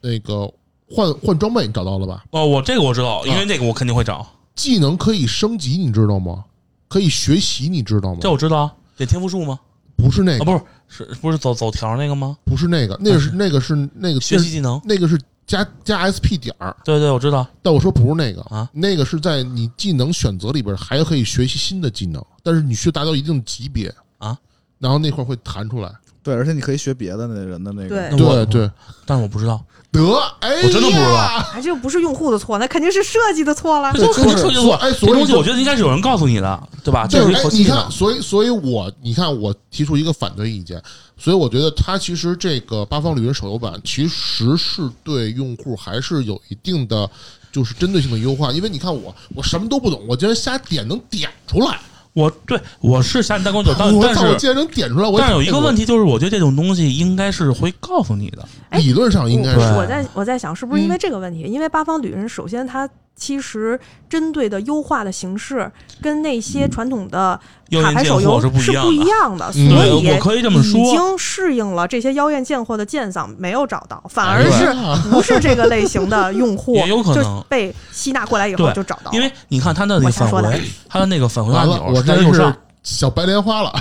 S1: 那个换换装备你找到了吧？
S4: 哦，我这个我知道，因
S1: 嗯
S4: 为这个我肯定会找，
S1: 技能可以升级，你知道吗？可以学习，你知道吗？
S4: 这我知道啊。点天赋树吗？
S1: 不是那
S4: 啊，
S1: 个，
S4: 不是，是不是走走条那个吗？
S1: 不是那个，那个是那个是那个
S4: 学习，技能。
S1: 那个是加加 SP 点儿。
S4: 对对，我知道。
S1: 但我说不是那个
S4: 啊，
S1: 那个是在你技能选择里边还可以学习新的技能，但是你需要达到一定级别
S4: 啊，
S1: 然后那块儿会弹出来。
S3: 对，而且你可以学别的那人的那个
S2: 对。
S4: 那
S1: 对
S4: 我，
S1: 对，
S4: 但是我不知道。
S1: 得，哎，
S4: 我真的不知道
S1: 道。
S2: 哎，这不是用户的错，那肯定是设计的错了。
S4: 这
S3: 就是
S4: 我就
S1: 所哎
S4: 这
S1: 所以
S4: 东西
S1: 就
S4: 我觉得应该是有人告诉你的，对吧？啊这
S1: 就是
S4: 一
S1: 是哎
S4: 核，心
S1: 你
S4: 技
S1: 看，
S4: 能。
S1: 所以所以我你看我提出一个反对意见，所以我觉得它其实这个八方旅人手游版其实是对用户还是有一定的就是针对性的优化，因为你看我我什么都不懂，我竟然瞎点能点出来，
S4: 我对我是侠女大公主，但
S1: 我
S4: 但
S1: 操，我
S4: 是
S1: 竟然能点出来，我
S4: 但是有一个问
S1: 题，
S4: 题就是，我觉得这种东西应该是会告诉你的。
S2: 哎
S1: 理论上应该
S4: 对
S1: 是
S2: 我我在我在想，是不是因为
S3: 嗯
S2: 这个问题？因为八方旅人，首先它其实针对的优化的形式跟那些传统的
S4: 嗯妖
S2: 卡
S4: 艳
S2: 牌手
S4: 贱货
S2: 游
S4: 是不一
S2: 是不
S4: 样
S2: 一
S4: 的，
S2: 样的，所
S1: 嗯
S2: 以
S4: 对，我可以这么说。
S2: 已经适应了这些妖艳贱货的鉴赏没有找到，反而
S4: 哎
S2: 是
S1: 呀
S2: 不是这个类型的用户
S4: 也有可能
S2: 就被吸纳过来以后
S4: 对
S2: 就找到了，
S4: 因为你看他的那
S2: 我
S4: 个
S2: 瞎
S4: 返
S2: 说的
S4: 回，他的那个返回
S1: 完
S4: 按
S1: 了，
S4: 钮
S1: 我
S4: 是在
S1: 真
S4: 右
S1: 是
S4: 上，
S1: 小白莲花了，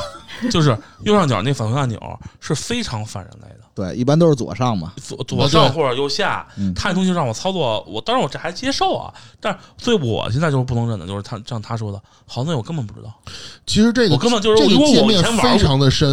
S4: 就是右上角那返回按钮是非常反人类的。
S3: 对，一般都是左上嘛。
S4: 左左上
S1: 对
S4: 或者右下
S3: 嗯，
S4: 他的东西让我操作，我当然我这还接受啊，但是所以我现在就是不能忍的，就是他像他说的，好那我根本不知道，
S1: 其实这个
S4: 我根本就是
S1: 这
S4: 如
S1: 个
S4: 果
S1: 界
S4: 我以
S1: 面
S4: 前玩过，
S1: 非常的深，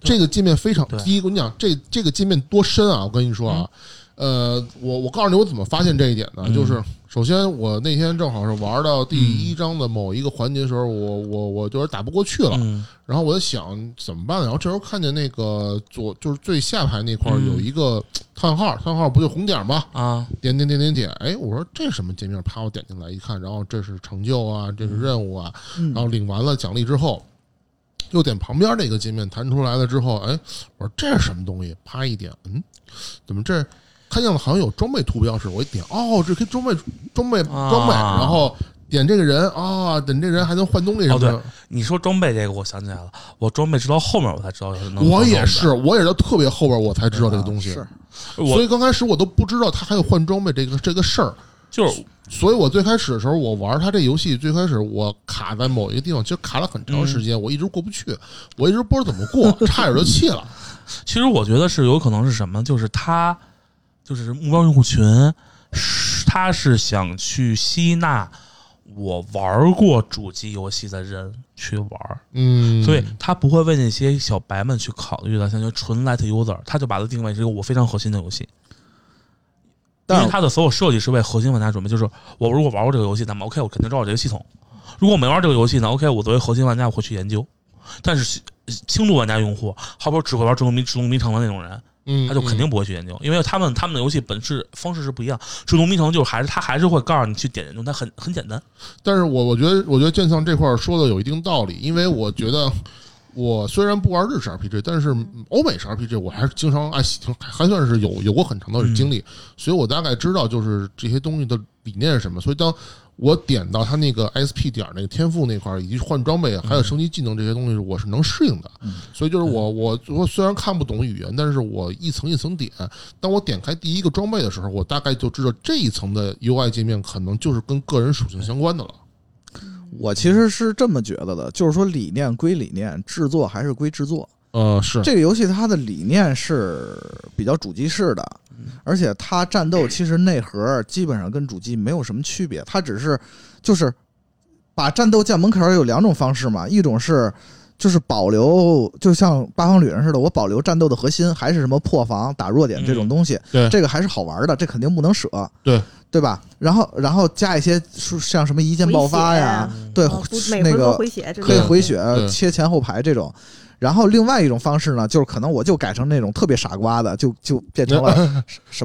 S4: 对
S1: 这个界面非常
S4: 对
S1: 第一，我跟你讲，这这个界面多深啊！我跟你说啊，呃，我我告诉你我怎么发现这一点呢？
S4: 嗯
S1: 就是首先我那天正好是玩到第一章的某一个环节的时候，我我我就是打不过去了，
S4: 嗯
S1: 然后我在想怎么办呢？然后这时候看见那个左就是最下排那块儿
S4: 嗯
S1: 有一个叹号，叹号不就红点吗？
S4: 啊，
S1: 点点点点点，哎，我说这什么界面？啪，我点进来一看，然后这是成就啊，这是任务啊，
S3: 嗯
S1: 然后领完了奖励之后，又点旁边那个界面弹出来了之后，哎，我说这是什么东西？啪一点，嗯，怎么这看样子好像有装备图标似的？我一点，哦，这可以装备装备
S4: 啊
S1: 装备，然后点这个人啊、点这人还能换东西什么的。
S4: 哦你说装备这个，我想起来了，我装备直到后面我才知道是能，
S1: 我也，是，我也是到特别后边我才知道这个东西，
S3: 是
S4: 我
S1: 所以刚开始我都不知道它还有换装备这个这个事儿。
S4: 就是
S1: 所以我最开始的时候，我玩它这游戏，最开始我卡在某一个地方，其实卡了很长时间，我一直过不去，我一直不知道怎么过，差点就气了。
S4: 其实我觉得是有可能是什么，就是他就是目标用户群，是他是想去吸纳我玩过主机游戏的人去玩儿，
S1: 嗯，
S4: 所以他不会为那些小白们去考虑的，像就纯 light user，他就把它定位是一个我非常核心的游戏，因
S3: 但
S4: 为
S3: 是
S4: 它的所有设计是为核心玩家准备。就是我如果玩过这个游戏，那么 OK，我肯定知道这个系统；如果我没玩这个游戏呢，OK，我作为核心玩家我会去研究。但是轻度玩家用户，好比说只会玩《智龙迷》《智龙迷城》的那种人，
S1: 嗯，
S4: 他就肯定
S1: 嗯
S4: 不会去研究，因为他们他们的游戏本质方式是不一样。《智龙迷城》就是还是他还是会告诉你去点研究，它很很简单。
S1: 但是我我觉得，我觉得剑藏这块儿说的有一定道理，因为我觉得我虽然不玩日式 RPG，但是欧美式 RPG 我还是经常爱喜听，还算是有有过很长的经历，所以我大概知道就是这些东西的理念是什么。所以当我点到他那个 SP 点儿那个天赋那块儿，以及换装备啊，还有升级技能这些东西，我是能适应的。所以就是我我我虽然看不懂语言，但是我一层一层点。当我点开第一个装备的时候，我大概就知道这一层的 UI 界面可能就是跟个人属性相关的了。
S3: 我其实是这么觉得的，就是说理念归理念，制作还是归制作。
S1: 呃，是
S3: 这个游戏它的理念是比较主机式的，
S1: 嗯
S3: 而且它战斗其实内核基本上跟主机没有什么区别，它只是就是把战斗建门槛儿有两种方式嘛，一种是就是保留，就像八方旅人似的，我保留战斗的核心还是什么破防、打弱点这种东西，
S1: 嗯对
S3: 这个还是好玩的，这肯定不能舍，
S1: 对
S3: 对吧？然后然后加一些像什么一键
S2: 回
S3: 爆发
S2: 血
S3: 呀，对
S2: 啊不，每
S3: 那
S2: 回合
S3: 个
S2: 回血之类
S3: 可以
S2: 的，
S3: 回血
S1: 嗯对、
S3: 切前后排这种。然后另外一种方式呢，就是可能我就改成那种特别傻瓜的，就就变成了 什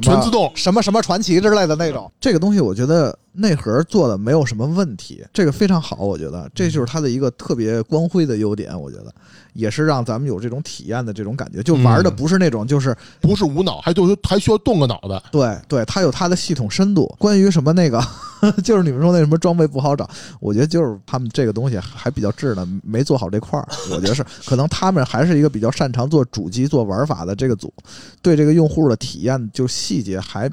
S3: 么
S1: 全呃自动嗯
S3: 什么什么传奇之类的那种。这个东西我觉得内核做的没有什么问题，这个非常好，我觉得这
S1: 嗯
S3: 就是它的一个特别光辉的优点，我觉得也是让咱们有这种体验的这种感觉，就玩的
S1: 嗯
S3: 不是那种就是
S1: 不是无脑，还就是还需要动个脑袋。
S3: 对对，它有它的系统深度。关于什么那个， 就是你们说那什么装备不好找，我觉得就是他们这个东西还比较稚嫩，没做好这块儿。我觉得是，可能他们还是一个比较擅长做主机、做玩法的这个组，对这个用户的体验就细节还。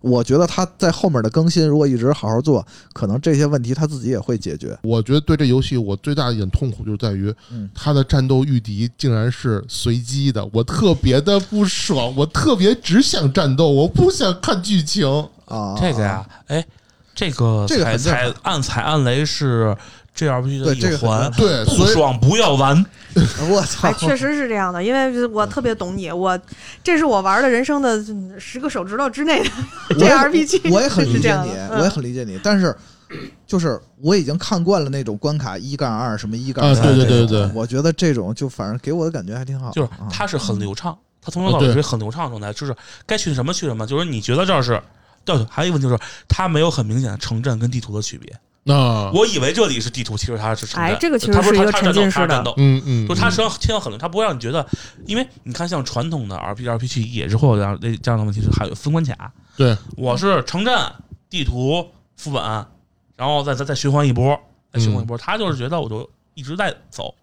S3: 我觉得他在后面的更新，如果一直好好做，可能这些问题他自己也会解决。
S1: 我觉得对这游戏我最大的一点痛苦就在于
S3: 嗯，
S1: 它的战斗御敌竟然是随机的，我特别的不爽，我特别只想战斗，我不想看剧情。
S3: 啊，
S4: 这个呀，哎，这个
S3: 这个
S4: 踩
S3: 很正
S4: 踩
S3: 常
S4: 暗踩暗雷是 GLP 的
S3: 对这
S4: 一
S3: 个很
S4: 环
S3: 正，
S1: 对，
S4: 不
S1: 所以
S4: 爽不要玩。
S3: 我操
S2: 哎，，确实是这样的，因为我特别懂你，我这是我玩的人生的嗯十个手指头之内的
S3: 我也
S2: JRPG，
S3: 我也很理
S2: 是这
S3: 解
S2: 样
S3: 你，
S2: 的
S3: 我也很理解你，但是就是我已经看惯了那种关卡一杠二什么一杠
S1: 啊，
S3: 三，
S1: 对对对对，
S3: 我觉得这种就反正给我的感觉还挺好，
S4: 就是
S3: 啊
S4: 它是
S2: 嗯
S4: 很流畅，它从头
S2: 哦
S4: 到
S1: 啊
S4: 尾
S1: 对
S4: 是很流畅的状态，就是该去什么去什么，就是你觉得这儿是。对，还有一个问题就是，它没有很明显的城镇跟地图的区别。
S1: 那
S4: 我以为这里是地图，其实它是城镇。
S2: 嗯哎这个其实
S4: 它不
S2: 是一个
S4: 它它战斗
S2: 沉浸式的
S4: 它战斗，
S1: 嗯嗯，
S4: 就它
S1: 嗯
S4: 实际上切到很多，它不会让你觉得，因为你看像传统的 RPG、RPG 也是会有这样那这样的问题，是还有分关卡。
S1: 对，
S4: 我是城镇、地图、副本，然后再再再循环一波，再循环一
S2: 嗯
S4: 波。他就是觉得我就一直在走，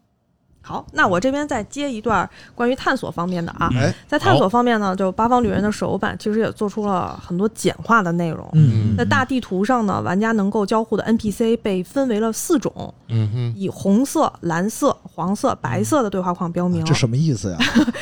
S2: 好，那我这边再接一段关于探索方面的啊，
S4: 嗯
S3: 哎，
S2: 在探索方面呢，就《八方旅人》的手游版其实也做出了很多简化的内容。
S1: 嗯
S2: 在大地图上呢，玩家能够交互的 NPC 被分为了四种，
S1: 嗯哼，
S2: 以红色、蓝色、黄色、白色的对话框标明。
S3: 这什么意 思呀？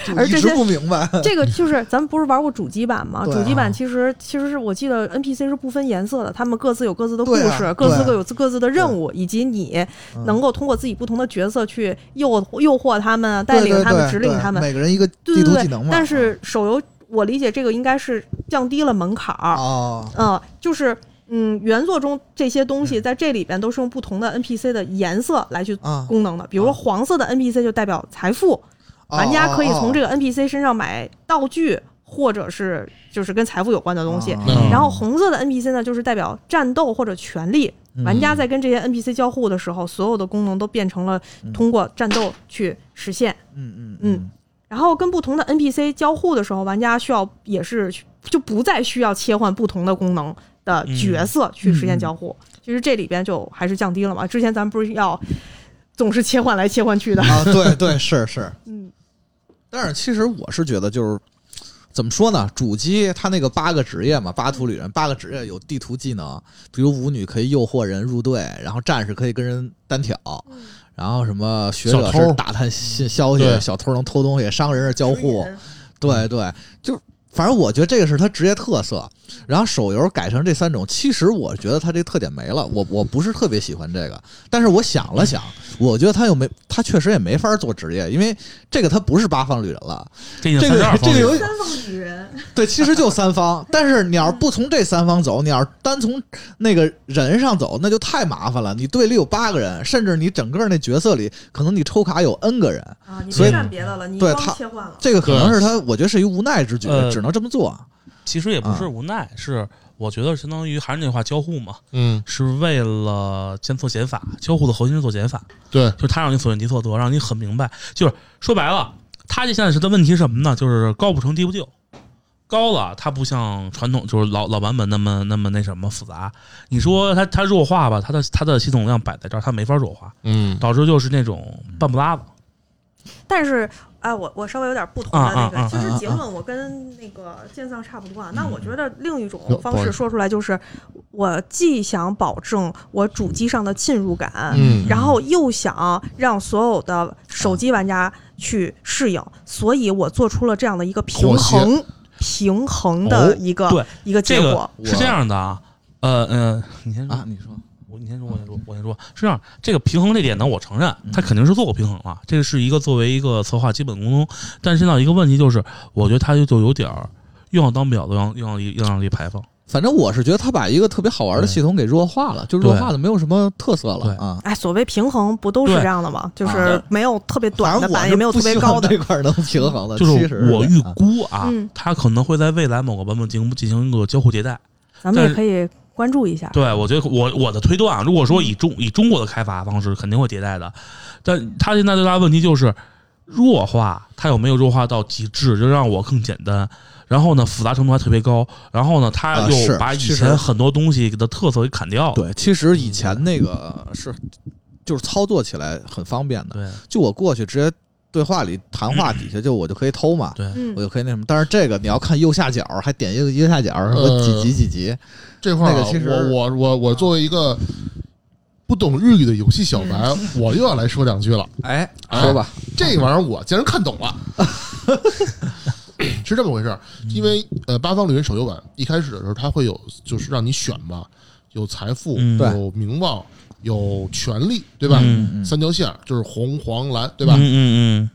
S3: 就
S2: 而
S3: 一
S2: 这
S3: 直
S2: 些
S3: 不明白。
S2: 这个就是咱们不是玩过主机版吗？
S3: 对啊
S2: 主机版其实其实是我记得 NPC 是不分颜色的，他们各自有各自的故
S3: 对啊
S2: 事，
S3: 对啊
S2: 各自各有各自的任务，以及你
S3: 嗯
S2: 能够通过自己不同的角色去诱诱惑他们、带领他们、
S3: 对对对
S2: 指领
S3: 对
S2: 他们。
S3: 每个人一个
S2: 对
S3: 地图
S2: 对
S3: 技能
S2: 对
S3: 嘛。，
S2: 但是手游我理解这个应该是降低了门槛儿，
S3: 啊，
S2: 嗯，就是嗯，原作中这些东西在这里边都是用不同的 NPC 的颜色来去
S3: 啊
S2: 功能的，比如说黄色的 NPC 就代表财富，
S3: 哦
S2: 玩家可以从这
S3: 哦
S2: 个 NPC 身上买道具或者是就是跟财富有关的东西。
S3: 哦
S1: 嗯
S2: 然后红色的 NPC 呢，就是代表战斗或者权力。
S3: 嗯
S2: 玩家在跟这些 NPC 交互的时候，所有的功能都变成了
S3: 嗯
S2: 通过战斗去实现。
S3: 嗯嗯
S2: 嗯然后跟不同的 NPC 交互的时候，玩家需要也是就不再需要切换不同的功能的
S3: 嗯
S2: 角色去实现交互。其实这里边就还是降低了嘛。之前咱们不是要总是切换来切换去的，
S3: 啊，对对是是，
S2: 嗯，
S3: 但是其实我是觉得就是。怎么说呢？主机它那个八个职业嘛，八图旅人八个职业有地图技能，比如舞女可以诱惑人入队，然后战士可以跟人单挑，然后什么学者
S1: 小偷
S3: 是打探信消息，
S1: 对
S3: 小偷能偷东西，商人是交互，对对，就反正我觉得这个是它职业特色。然后手游改成这三种，其实我觉得它这特点没了，我我不是特别喜欢这个。但是我想了想，我觉得它又没，它确实也没法做职业，因为这个它不是八方旅人了，
S4: 这已经三
S3: 这
S4: 十
S3: 个
S4: 二
S3: 这
S4: 方
S3: 个
S4: 面
S3: 有
S4: 了。
S2: 三方女人，
S3: 对，其实就三方。但是你要是不从这三方走，你要是单从那个人上走，那就太麻烦了。你队里有八个人，甚至你整个那角色里，可能你抽卡有 N 个人，
S2: 啊，你
S3: 所以
S2: 别干别的了，你
S3: 对
S2: 光
S3: 他
S2: 切换了。
S3: 这个可能是他，我觉得是一无奈之举，
S4: 呃
S3: 只能这么做。啊
S4: 其实也不是无奈，是我觉得相当于还是那句话，交互嘛，
S1: 嗯，
S4: 是为了先做减法。交互的核心是做减法，
S1: 对，
S4: 就是它让你所见即所得，让你很明白。就是说白了，它这现在是的问题是什么呢？就是高不成低不就。高了，它不像传统就是老老版本那么那么那什么复杂。你说它它弱化吧，它的它的系统量摆在这儿，它没法弱化。
S1: 嗯，
S4: 导致就是那种半不拉子。
S2: 但是，哎，我我稍微有点不同的那
S4: 啊啊
S2: 个，
S4: 啊
S2: 其实
S3: 啊啊
S2: 结论我跟那个剑丧差不多啊。那我觉得另一种
S1: 嗯
S2: 方式说出来就是，我既想保证我主机上的浸入感，
S1: 嗯
S2: 然后又想让所有的手机玩家去适应，所以我做出了这样的一个平
S1: 妥
S2: 衡平衡的一个、
S4: 哦对
S2: 一个结
S4: 这
S2: 果
S4: 个。是这样的啊，呃呃，你先说，
S3: 啊，你说，
S4: 我你先说，我先说，我先说，是这样，这个平衡这点呢，我承认
S3: 嗯
S4: 它肯定是做过平衡了，这个是一个作为一个策划基本功，
S3: 呃
S4: 但是现在一个问题就是，我觉得它就有点儿又要当婊子，又要又要又要立牌坊，
S5: 反正我是觉得他把一个特别好玩的
S4: 对
S5: 系统给弱化了，就
S4: 对
S5: 弱化的没有什么特色
S4: 对
S5: 了啊。
S2: 哎，所谓平衡不都是
S4: 对
S2: 这样的吗？就
S5: 啊
S2: 是没有特别短
S5: 反
S2: 的
S5: 正我
S2: 版，
S5: 是
S2: 也没有特别
S5: 不希望
S2: 高的。
S5: 这块儿能平衡的，
S4: 就是我预
S5: 遇
S4: 估啊
S2: 嗯，
S4: 它可能会在未来某个版本进行进行一个交互迭代。
S2: 咱们
S4: 但
S2: 也可以关注一下。
S4: 对，我觉得我我的推断啊，如果说以中以中国的开发方式，肯定会迭代的。但它现在最大的问题就是弱化，它有没有弱化到极致，就让我更简单。然后呢，复杂程度还特别高。然后呢，它
S3: 啊
S4: 又
S3: 是
S4: 把以
S3: 其实
S4: 前很多东西的特色给砍掉了。
S3: 对，
S5: 其实以前那个是就是操作起来很方便的，
S4: 对
S5: 就我过去直接对话里谈话底下就我就可以偷嘛，
S4: 对
S2: 嗯
S5: 我，就可以那什么。但是这个你要看右下角，还点右右下角什么几级几级，
S1: 这块儿
S5: 那
S1: 啊
S5: 个其实
S1: 我我我我作为一个不懂日语的游戏小白，我又要来说两句了。
S5: 哎，
S1: 哎
S5: 说吧，
S1: 这玩意儿我竟然看懂了，是这么回事儿。因为呃，八方旅人手游版一开始的时候，它会有就是让你选嘛，有财富，
S4: 嗯对
S1: 有名望，有权力，对吧？
S4: 嗯
S5: 嗯
S1: 三条线儿就是红、黄、蓝，对吧？
S4: 嗯嗯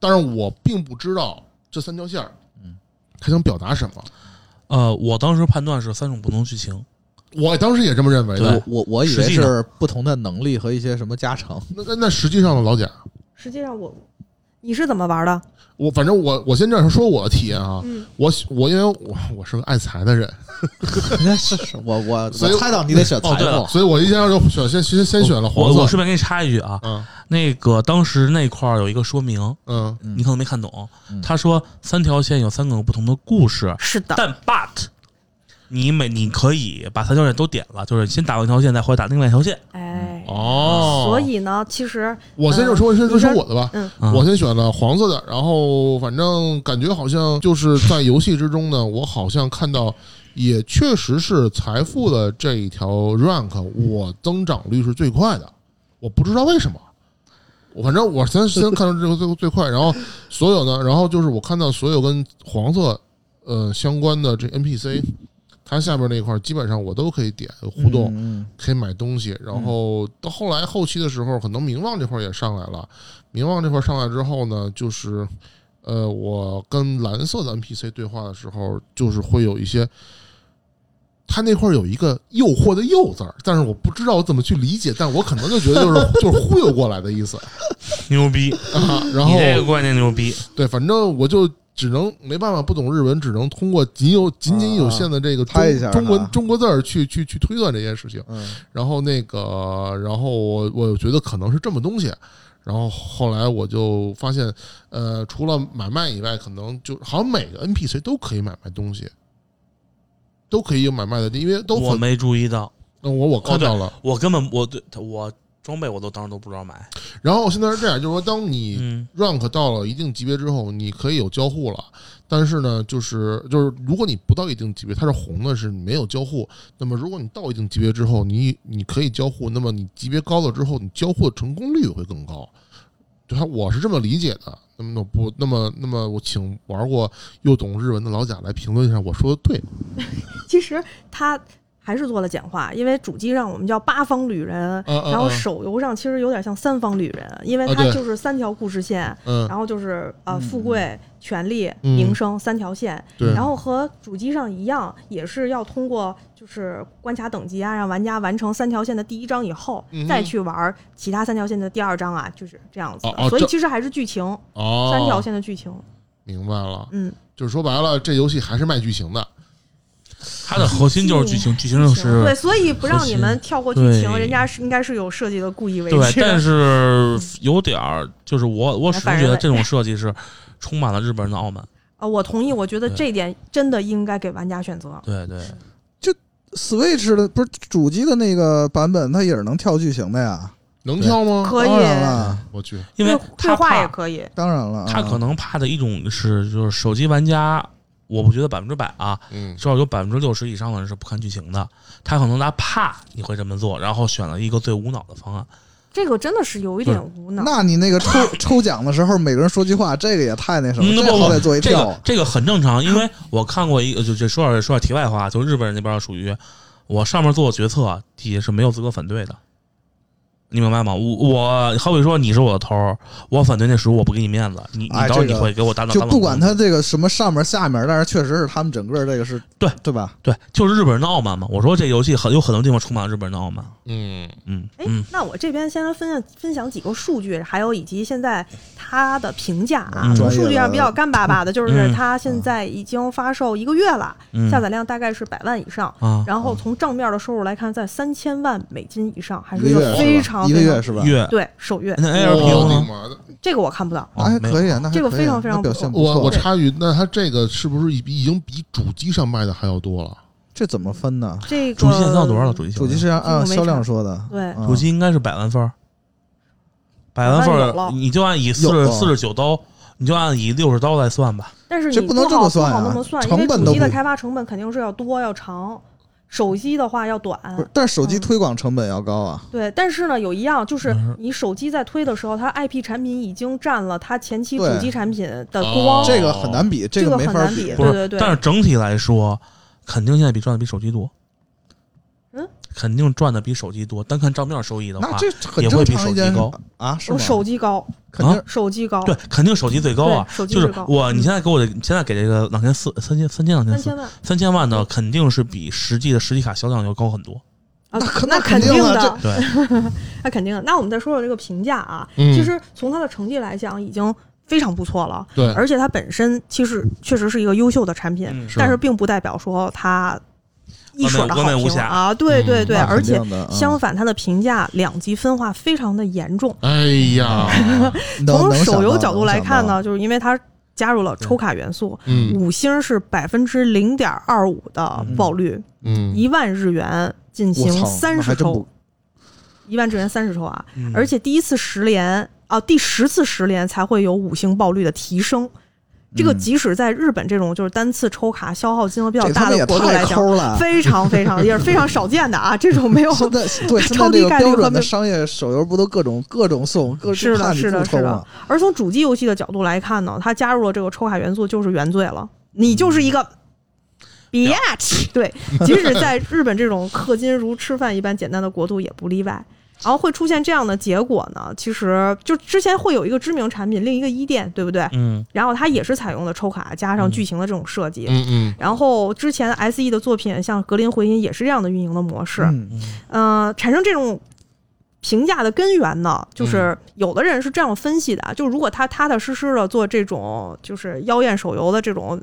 S1: 但是我并不知道这三条线儿
S5: 嗯，
S1: 它想表达什么。
S4: 嗯。呃，我当时判断是三种不同剧情。
S1: 我当时也这么认为的
S4: 对。
S5: 我我我以
S4: 实
S5: 为
S4: 际上
S5: 是不同的能力和一些什么加 成，
S1: 那那那实际上呢，老贾，
S2: 实际上我你是怎么玩的？
S1: 我反正我我先这样说我的体验啊，
S2: 嗯，
S1: 我我因为我我是个爱财的人，
S5: 是是我我
S1: 所以
S5: 我猜到你得选
S4: 哦
S5: 财
S4: 对了
S5: 富，
S1: 所以我一下就选先先先选了黄
S4: 我
S1: 色。
S4: 我顺便给你插一句啊，
S1: 嗯
S4: 那个当时那块儿有一个说明，
S1: 嗯
S5: 嗯
S4: 你可能没看懂
S5: 嗯。
S4: 他说三条线有三个不同的故事，
S2: 是的，
S4: 但 but 你每你可以把三条线都点了，就是先打完一条线，再回来打另外一条线。
S2: 哎，
S1: 哦，
S2: 所以呢，其实
S1: 我先就说先说说我的吧。
S2: 嗯
S4: 嗯
S1: 我先选了黄色的，然后反正感觉好像就是在游戏之中呢，我好像看到也确实是财富的这一条 rank，我增长率是最快的，我不知道为什么。我反正我先先看到这个最最快，然后所有呢，然后就是我看到所有跟黄色呃相关的这 NPC，它下边那一块儿基本上我都可以点互动，
S5: 嗯，
S1: 可以买东西，然
S4: 嗯
S1: 后到后来后期的时候，可能名望这块儿也上来了。名望这块儿上来之后呢，就是呃，我跟蓝色的 NPC 对话的时候，就是会有一些，他那块儿有一个“诱惑”的“诱”字儿，但是我不知道怎么去理解，但我可能就觉得就是 就是忽悠过来 的意思
S4: 牛逼，
S1: 啊。然
S4: 你
S1: 后
S4: 这个观念牛逼。
S1: 对，反正我就。只能没办法，不懂日文，只能通过仅有仅仅有限的这个中、
S3: 拍一下
S1: 中
S3: 哈
S1: 文中国字儿去去去推断这件事情。
S3: 嗯，
S1: 然后那个，然后我我觉得可能是这么东西，然后后来我就发现，呃，除了买卖以外，可能就好像每个 NPC 都可以买卖东西，都可以有买卖的地，因为都
S4: 我
S1: 很
S4: 没注意到，
S1: 那我我看到了。
S4: 我根本我对我装备我都当时都不知道买。
S1: 然后现在是这样，就是说，当你
S4: 嗯
S1: rank 到了一定级别之后，你可以有交互了，但是呢，就是就是如果你不到一定级别，它是红的，是没有交互。那么如果你到一定级别之后，你你可以交互，那么你级别高了之后，你交互的成功率会更高。对它，我是这么理解的。那么我不，那么那么我请玩过又懂日文的老贾来评论一下，我说的对吗？
S2: 其实它还是做了简化，因为主机上我们叫八方旅人，
S1: 嗯
S2: 然后
S1: 嗯
S2: 手游上其实有点像三方旅人，因为
S1: 啊
S2: 它
S1: 对
S2: 就是三条故事线，
S1: 嗯，
S2: 然后就是呃
S5: 嗯
S2: 富贵、权力、
S1: 嗯
S2: 名声三条线，
S1: 对，
S4: 嗯
S2: 然后和主机上一样，也是要通过就是关卡等级啊，让玩家完成三条线的第一章以后，
S1: 嗯哼
S2: 再去玩其他三条线的第二章啊，就是这样子的。
S1: 哦哦
S2: 所以
S1: 这
S2: 其实还是剧情，
S1: 哦，
S2: 三条线的剧情，
S1: 明白了，
S2: 嗯，
S1: 就是说白了，这游戏还是卖剧情的。
S4: 它的核心就是剧
S1: 嗯
S4: 情，剧情就
S2: 对，
S4: 是
S2: 所以不让你们跳过剧情，
S4: 对
S2: 人家是应该是有设计的故意为
S4: 对，
S2: 之。
S4: 但是有点儿就是我我始终觉得这种设计是充满了日本人的傲慢。
S2: 啊，我同意，我觉得
S4: 对
S2: 这点真的应该给玩家选择。
S4: 对对，
S3: Switch 的不是主机的那个版本，它也是能跳剧情的呀。
S1: 能跳吗？
S2: 可以
S3: 当，然了，
S1: 我去，
S4: 因为
S2: 对
S4: 他
S2: 话也
S4: 怕
S2: 可以，
S3: 当然了啊，
S1: 嗯
S4: 他可能怕的一种是就是手机玩家，我不觉得百分之百啊，
S1: 嗯，
S4: 至少有百分之六十以上的人是不看剧情的，他可能他怕你会这么做，然后选了一个最无脑的方案。
S2: 这个真的是有一点无脑。
S3: 那你那个抽抽奖的时候，每个人说句话，这个也太那什么，
S4: 嗯那
S3: 这
S4: 不
S3: 好歹做一
S4: 这
S3: 票
S4: 个这个很正常，因为我看过一个，就这说点说点题外话，就日本人那边属于我上面做决策，底下是没有资格反对的。你明白吗？我我好比说你是我的头儿，我反对那食物，我不给你面子，你你
S3: 哎
S4: 到时候你
S3: 这个
S4: 会给我打打
S3: 就
S4: 打
S3: 不管
S4: 冷
S3: 它这个什么上面下面，但是确实是他们整个这个是
S4: 对
S3: 对吧？
S4: 对，就是日本人的傲慢嘛。我说这游戏很有很多地方充满了日本人的傲慢。
S1: 嗯，
S4: 嗯
S2: 哎
S4: 嗯，，
S2: 那我这边先分享分享几个数据，还有以及现在它的评价啊，
S4: 嗯
S2: 从数据上比较干巴巴的，就是
S4: 嗯
S2: 它现在已经发售一个月了，
S4: 嗯
S2: 下载量大概是百万以上。
S3: 哦
S4: 啊，
S2: 然后从账面的收入来看，在三千万美金以上，还
S3: 一
S2: 是
S3: 个月
S2: 个
S3: 是吧
S2: 非常
S3: 一个
S2: 非常
S3: 月是吧？
S4: 月
S2: 对首月，
S4: 那
S1: 哎我的
S4: ARPU 呢？
S1: 妈的！
S2: 这个我看不到。
S4: 哦
S3: 那还
S4: 没有
S3: 可以啊，那还
S2: 这个
S3: 可以
S2: 非
S3: 啊
S2: 常非常
S3: 那表
S2: 不错
S3: 现不
S1: 我
S3: 错。
S1: 我插一句，那它这个是不是已已经比主机上卖的还要多了？
S3: 这怎么分呢？
S2: 这个
S4: 主机现在到多少了？主机
S3: 呃主机
S4: 销
S3: 是按
S2: 我
S3: 按
S2: 没查
S3: 销量说的，
S2: 对
S3: 嗯
S4: 主机应该是百万份儿，百万
S2: 百万
S4: 份
S2: 有了
S4: 儿，你就按以四
S3: 有
S4: 十
S3: 了
S4: 四十九刀，你就按以六十刀来算吧。
S2: 但是你
S3: 这不能这么算
S2: 不
S3: 啊
S2: 好那么算，因
S3: 成
S2: 为
S3: 本
S2: 主
S3: 都
S2: 机的
S3: 不
S2: 开发成本肯定是要多要长，手机的话要短。
S3: 不是，但是手机
S2: 嗯
S3: 推广成本要高啊。
S2: 对，但是呢，有一样就是
S4: 嗯
S2: 你手机在推的时候，它 IP 产品已经占了它前期主
S3: 对
S2: 机产品的
S1: 哦
S2: 光，
S3: 这个很难比，
S2: 这
S3: 个没
S2: 很
S3: 法
S2: 难比。
S4: 不
S2: 对
S4: 是
S2: 对对，
S4: 但是整体来说，肯定现在比赚的比手机多。
S2: 嗯，
S4: 肯定赚的比手机多。单看账面收益的
S3: 那
S4: 话，
S3: 这很
S4: 也
S3: 正
S4: 会比
S3: 常
S4: 手
S3: 一
S4: 机
S3: 件事
S4: 高
S3: 啊，是
S2: 我
S3: 吗？
S2: 手机高，
S3: 肯定
S4: 啊
S2: 手机高，
S4: 对，肯定手机最高啊。
S2: 对手机
S4: 就是
S2: 最高
S4: 我，
S2: 嗯
S4: 你现在给我的，你现在给这个两千四、三千、三千、两
S2: 三
S4: 千四、
S2: 千万
S4: 三千万的，肯定是比实际的实体卡销量要高很多。
S2: 啊
S3: 那肯，
S2: 那
S3: 那肯
S2: 定
S3: 定啊
S2: 的，
S4: 对，
S2: 那肯定的。那我们再说说这个评价啊，
S1: 嗯
S2: 其实从它的成绩来讲，已经非常不错了。
S1: 对，
S2: 而且它本身其实确实是一个优秀的产品，
S4: 嗯是
S2: 但是并不代表说它一水的好
S4: 完美无
S2: 评
S4: 瑕
S2: 啊！对对对，
S3: 那
S2: 而
S3: 肯
S2: 且
S3: 定的啊
S2: 相反，它的评价两极分化非常的严重。
S1: 哎
S4: 啊
S1: 呀，
S3: 能
S2: 从
S3: 能想
S2: 手游
S3: 到
S2: 角度
S3: 能
S2: 来
S3: 想
S2: 看
S3: 到
S2: 呢，就是因为它加入了抽卡元素，
S1: 嗯
S2: 五星是百分之零点二五的
S4: 嗯
S2: 爆率，
S1: 嗯，
S2: 一万日元进行
S3: 我操
S2: 三
S3: 那
S2: 十
S3: 还真
S2: 抽
S3: 不，
S2: 一万日元三十抽啊！
S4: 嗯
S2: 而且第一次十连啊，第十次十连才会有五星爆率的提升。这个
S3: 嗯
S2: 即使在日本这种就是单次抽卡消耗金额比较
S3: 这他
S2: 大
S3: 们
S2: 的
S3: 也
S2: 国度来
S3: 太
S2: 讲，
S3: 抠了。
S2: 非常非常也是非常少见的啊，这种 没有。
S3: 现在 对现
S2: 超
S3: 在
S2: 低
S3: 这个
S2: 概率
S3: 标
S2: 和
S3: 准的
S2: 没
S3: 商业手游不都各种各种送，各
S2: 是
S3: 种
S2: 的，
S3: 看你
S2: 是
S3: 不
S2: 的，
S3: 抽
S2: 是
S3: 吗
S2: 的？。而从主机游戏的角度来看呢，它加入了这个抽卡元素就是原罪了，你就是一个 bitch。对，即使在日本这种氪金如吃饭一般简单的国度也不例外。然后会出现这样的结果呢？其实就之前会有一个知名产品，另一个一店，对不对？
S4: 嗯，
S2: 然后它也是采用了抽卡加上
S4: 嗯
S2: 剧情的这种设计。
S1: 嗯嗯
S2: 然后之前 S E 的作品，像《格林回音》也是这样的运营的模式。
S3: 嗯
S2: 呃，产生这种评价的根源呢，就是有的人是这样分析的啊，就如果他踏踏实实的做这种就是妖艳手游的这种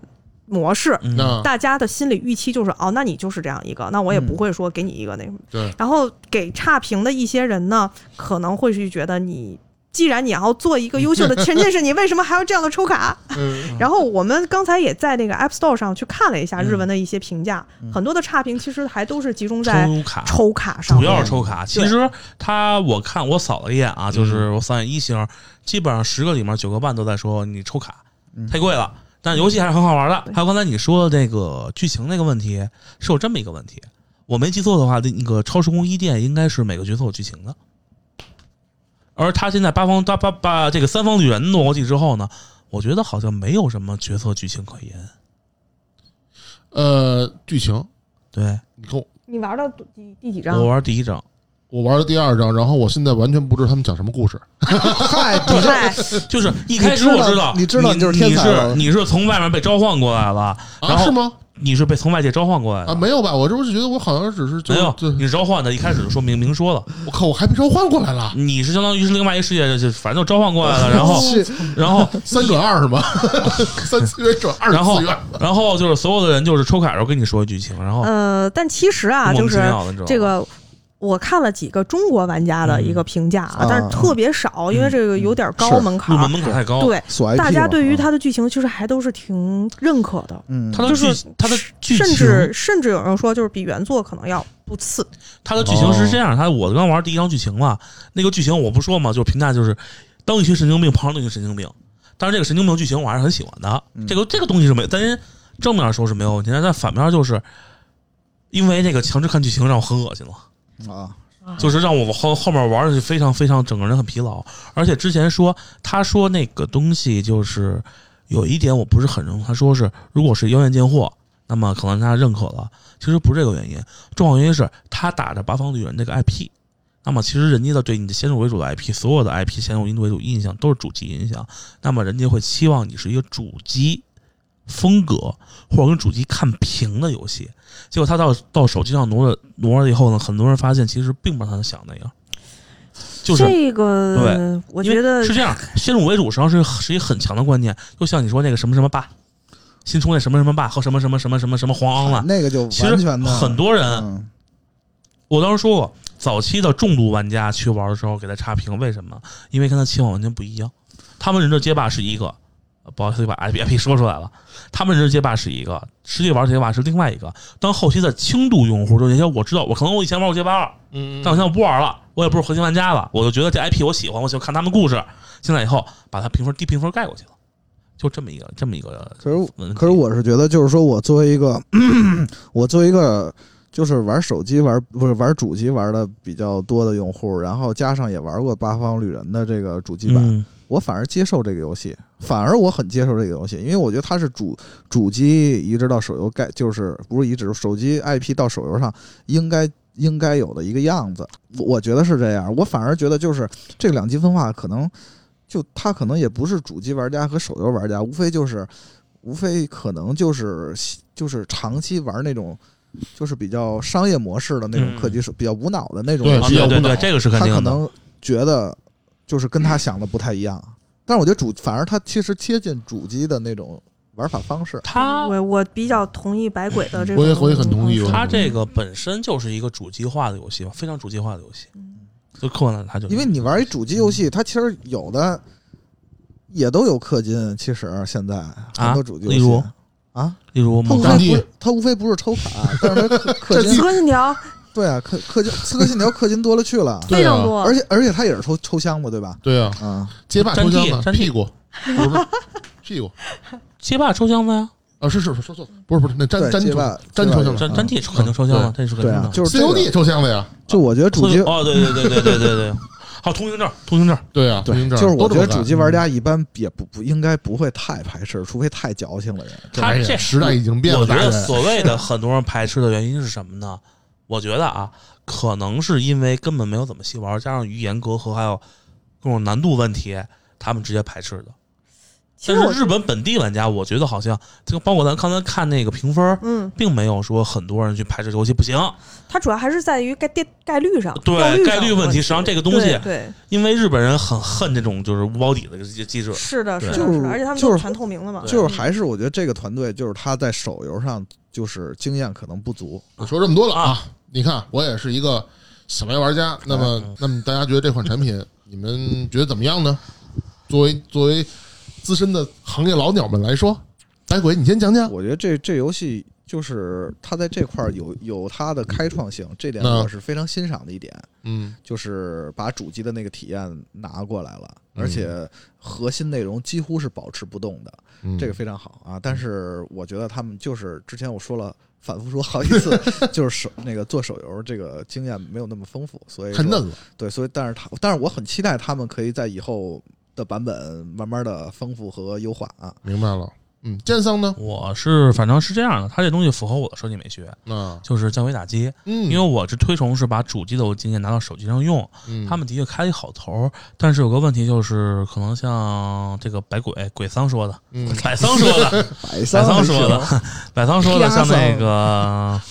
S2: 模式。
S4: 嗯
S1: 那
S2: 大家的心理预期就是哦，那你就是这样一个，那我也不
S3: 嗯
S2: 会说给你一个那什么。
S1: 对
S2: 然后给差评的一些人呢，可能会去觉得你，既然你要做一个优秀的沉浸式，你为什么还要这样的抽卡？
S1: 嗯
S2: 然后我们刚才也在那个 App Store 上去看了一下日文的一些评价，
S3: 嗯
S2: 很多的差评其实还都是集中在
S4: 抽卡
S2: 抽卡上
S4: 主
S2: 面，
S4: 要是抽卡。其实他我看我扫了一眼啊，就是我扫眼一星，基本上十个里面九个半都在说你抽卡
S3: 嗯
S4: 太贵了。但游戏还是很好玩的。
S2: 对
S4: 还有刚才你说的那个剧情那个问题，是有这么一个问题，我没记错的话，那个超时空一店应该是每个角色有剧情的。而他现在八方八八八这个三方旅人弄过去之后呢，我觉得好像没有什么角色剧情可言。
S1: 呃，剧情，
S4: 对
S1: 你看我
S2: 你玩到第第几
S4: 我
S2: 章？
S4: 玩第一章，
S1: 我玩了第二章，然后我现在完全不知道他们讲什么故事。
S3: 嗨，你这
S2: 嗨，
S4: 就是一开始我道，
S3: 你
S4: 你
S3: 知道你知道你就是天
S4: 你
S3: 才
S4: 是
S3: 了
S4: 你是从外面被召唤过来了，然
S1: 啊，
S4: 后
S1: 是吗？
S4: 你是被从外界召唤过来的。
S1: 啊，没有吧？我这不是觉得我好像只是就
S4: 没有
S1: 就，
S4: 你是召唤的，一开始就说明明说了，
S1: 我靠，我还被召唤过来 了，
S4: 你是相当于是另外一个世界，就反正就召唤过来了，然后
S3: 是
S4: 然后
S1: 三转二是吗？ 三次元转二
S4: 然后
S1: 次元，
S4: 然后就是所有的人就是抽卡的时候跟你说剧情，然后
S2: 呃，但其实啊，
S4: 莫
S2: 就
S4: 名其
S2: 是
S4: 妙的，你知道吗
S2: 这个。我看了几个中国玩家的一个评价啊，
S3: 嗯
S2: 但是特别少，因为这个有点高
S3: 是
S2: 门槛
S4: 嗯入
S2: 儿
S4: 门。门槛太高，，
S2: 对，
S3: 锁 IP
S2: 大家对于
S3: 嘛
S2: 它的剧情其实还都是挺认可的，
S3: 啊嗯，
S4: 它的
S2: 就是
S4: 剧它的剧
S2: 甚
S4: 情
S2: 至甚至有人说就是比原作可能要不次。
S4: 它的剧情是这样，它我刚玩第一章剧情嘛，那个剧情我不说嘛，就是评价就是当一群神经病碰上另一群神经病，但是这个神经病剧情我还是很喜欢的，
S3: 嗯
S4: 这个这个东西是没，咱正面说是没有问题，但反面就是因为那个强制看剧情让我很恶心了。
S3: 啊，
S4: 就是让我后后面玩的是非常非常整个人很疲劳，而且之前说他说那个东西就是有一点我不是很认同，他说是如果是妖艳贱货，那么可能他认可了，其实不是这个原因，重要原因是他打着八方旅人这个 IP，那么其实人家的对你的先入为主的 IP，所有的 IP 先入为主印象都是主机印象，那么人家会期望你是一个主机风格或者跟主机看屏的游戏。结果他到到手机上挪了挪了以后呢，很多人发现其实并不是他想那样，就是
S2: 这个，我
S4: 因为
S2: 觉得
S4: 是这样，先入为主实际上是是一个很强的观念，就像你说那个什么什么爸，新出那什么什么爸和什么什么什么什么什么黄昂了，
S3: 那个就
S4: 其实
S3: 完全的
S4: 很多人，
S3: 嗯
S4: 我当时说过，早期的重度玩家去玩的时候给他差评，为什么？因为跟他期望完全不一样。他们人的街霸是一个，呃不好意思，把 IP IP 说出来了。他们人的街霸是一个，实际玩街霸是另外一个。当后期的轻度用户，就那些我知道，我可能我以前玩过街霸二，
S1: 嗯，
S4: 但我现在不玩了，我也不是核心玩家了，我就觉得这 IP 我喜欢，我就看他们故事。现在以后把它评分低评分盖过去了，就这么一个这么一个
S3: 可是我
S4: 问题。
S3: 可是我是觉得，就是说我作为一个， 我作为一个就是玩手机玩不是玩主机玩的比较多的用户，然后加上也玩过《八方旅人》的这个主机版，
S4: 嗯
S3: 我反而接受这个游戏，反而我很接受这个游戏，因为我觉得它是主主机移植到手游该就是不是移植手机 IP 到手游上应该应该有的一个样子，我我觉得是这样。我反而觉得就是这个两极分化可能就它可能也不是主机玩家和手游玩家，无非就是无非可能就是就是长期玩那种就是比较商业模式的那种
S4: 嗯
S3: 氪金手比较无脑的那种
S1: 对
S4: 啊
S1: 比较
S4: 对对
S1: 无
S4: 对，
S1: 脑
S4: 这个是肯
S3: 他
S4: 定
S3: 可
S4: 的。
S3: 能觉得就是跟他想的不太一样。但是我觉得主，反而他其实接近主机的那种玩法方式。
S4: 他
S2: 我我比较同意百鬼的这
S1: 我
S2: 种
S1: 也
S2: 方式，
S1: 我也很同意我
S4: 它这个本身就是一个主机化的游戏嘛，非常主机化的游戏，就客观来它就
S3: 因为你玩一主机游戏，它其实有的也都有氪金。其实现在很多主机游戏，
S4: 啊例如嗯
S3: 啊，
S4: 例如
S3: 它
S4: 猛
S3: 无
S4: 战
S1: 战
S3: 非不
S1: 地
S3: 是它无非不是抽卡，但是它 氪氪
S2: 刺
S3: 金
S2: 客信条
S3: 对啊，氪氪金《刺客信条》氪金多了去 了，
S1: 对
S2: 非
S1: 啊
S2: 常多，
S3: 而且而且它也是抽抽箱子对吧？
S1: 对啊，
S3: 啊，
S1: 街霸抽
S4: 战
S1: 象
S4: 地
S1: 的
S4: 战地
S1: 屁股，不是屁股
S4: 街霸抽箱子呀，
S1: 啊，是是是，说错了，不是不是，那粘
S3: 对
S1: 粘
S3: 街
S1: 抽
S3: 霸
S1: 粘
S3: 街霸
S1: 抽象
S3: 有
S1: 的
S4: 战战地肯定抽箱啊，这是肯
S3: 嗯对
S4: 定
S3: 啊
S4: 的，。
S3: 就是这个
S1: COD 也抽象的呀，
S3: 就我觉得主机
S4: 哦，对对对对对对对对， 好，通行证，通行证，
S1: 对啊，
S3: 对，
S1: 就
S3: 就是我觉得主机玩家一般也不不应该不会太排斥，除非太矫情的人。
S4: 他这
S1: 哎时代已经变了，
S4: 我觉
S1: 大
S4: 得
S1: 人
S4: 所谓的很多人排斥的原因是什么呢？我觉得啊，可能是因为根本没有怎么细玩，加上语言隔阂，还有各种难度问题，他们直接排斥的。
S2: 其
S4: 但
S2: 实
S4: 是
S2: 我
S4: 日本本地玩家，我觉得好像这个，包括咱刚才看那个评分，
S2: 嗯，
S4: 并没有说很多人去排斥这个游戏不行，
S2: 它主要还是在于概概概率上，
S4: 对
S2: 掉率上
S4: 概率
S2: 的
S4: 问题实际上这个东西
S2: 对对
S4: 因为日本人很恨这种就是无保底的机机制。
S2: 是的，是的，
S3: 就是是
S2: 的，而且他们
S3: 就
S2: 都
S3: 是
S2: 是全透明的嘛，
S3: 就是还是我觉得这个团队就是他在手游上就是经验可能不足，
S1: 我说这么多了啊，你看我也是一个小白玩家，那
S4: 哎
S1: 么那么大家觉得这款产品，你们觉得怎么样呢？作为作为资深的行业老鸟们来说，白鬼你先讲讲，
S3: 我觉得这这游戏就是他在这块儿有有他的开创性，这点
S1: 嗯
S3: 我是非常欣赏的一点，
S1: 嗯
S3: 就是把主机的那个体验拿过来了，
S1: 嗯
S3: 而且核心内容几乎是保持不动的，
S1: 嗯，
S3: 这个非常好啊。但是我觉得他们就是之前我说了。反复说好几次， 就是手那个做手游这个经验没有那么丰富，所以
S1: 太
S3: 说
S1: 嫩了，
S3: 对，所以但是他，但是我很期待他们可以在以后的版本慢慢的丰富和优化啊。
S1: 明白了。嗯，剑桑呢？
S4: 我是反正是这样的，它这东西符合我的设计美学，
S1: 啊，
S4: 就是降维打击。
S1: 嗯，
S4: 嗯因为我是推崇是把主机的经验拿到手机上用，
S1: 嗯
S4: 他们的确开了一好头儿，但是有个问题就是，可能像这个百鬼鬼桑说的，
S1: 嗯
S4: 百桑说的，
S3: 百
S4: 百桑说的， 百桑说的，
S3: 咔桑
S4: 像那个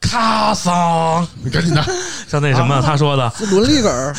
S4: 咔桑，
S1: 你赶紧的，
S4: 像那什么他说的，
S3: 伦理 梗儿，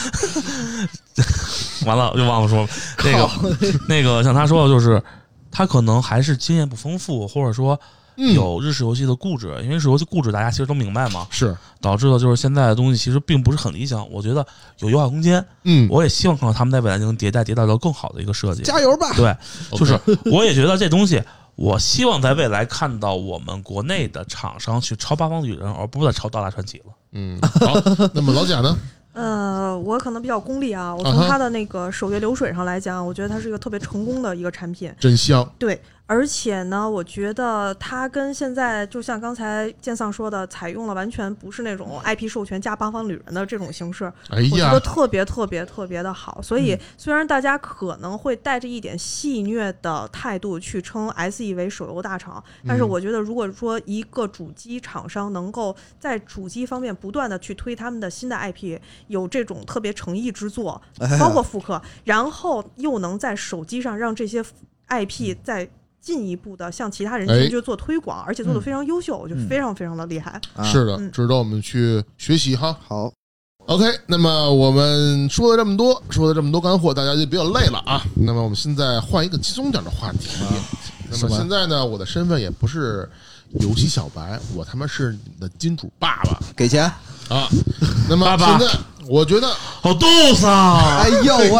S4: 完了就忘了说了那个
S3: 靠，
S4: 那个像他说的，就是他可能还是经验不丰富，或者说
S1: 嗯，
S4: 有日式游戏的固执，因为日式游戏固执大家其实都明白嘛，
S1: 是，
S4: 导致的就是现在的东西其实并不是很理想。我觉得有优化空间，
S1: 嗯，
S4: 我也希望看到他们在未来进行迭代，迭代到更好的一个设计。
S3: 加油吧！
S4: 对，就是
S1: OK
S4: 我也觉得这东西，我希望在未来看到我们国内的厂商去抄《八方旅人》，而不是在抄《大大传奇》了。
S1: 嗯，好，那么老贾呢？
S2: 呃，我可能比较功利啊，我
S1: 啊
S2: 从
S1: 哈
S2: 它的那个首页流水上来讲，我觉得它是一个特别成功的一个产品。
S1: 真香，
S2: 对，而且呢，我觉得它跟现在就像刚才剑丧说的，采用了完全不是那种 IP 授权加八方旅人的这种形式，
S1: 哎
S2: 我觉
S1: 呀嗯
S2: 得，特别特别特别的好。所以虽然大家可能会带着一点戏谑的态度去称 SE 为手游大厂，但是
S1: 嗯
S2: 我觉得如果说一个主机厂商能够在主机方面不断的去推他们的新的 IP，有这种特别诚意之 作，
S1: 哎
S2: 包括复刻，然后又能在手机上让这些 IP 再进一步的向其他人
S1: 嗯哎
S2: 群去做推广，而且做的非常优秀，我觉得
S3: 嗯
S2: 非常非常的厉害。
S3: 啊
S1: 是的，
S2: 嗯
S1: 值得我们去学习哈。
S3: 好，
S1: OK，那么我们说了这么多，说了这么多干货，大家就比较累了啊。那么我们现在换一个轻松点的话题。那
S3: 什
S1: 么
S3: 么
S1: 现在呢，我的身份也不是游戏小白，我他妈是你们的金主爸爸
S3: 给钱。
S1: 啊。那么
S4: 爸
S1: 现
S4: 爸
S1: 在，我觉得
S4: 好肚子啊！
S3: 哎呦喂，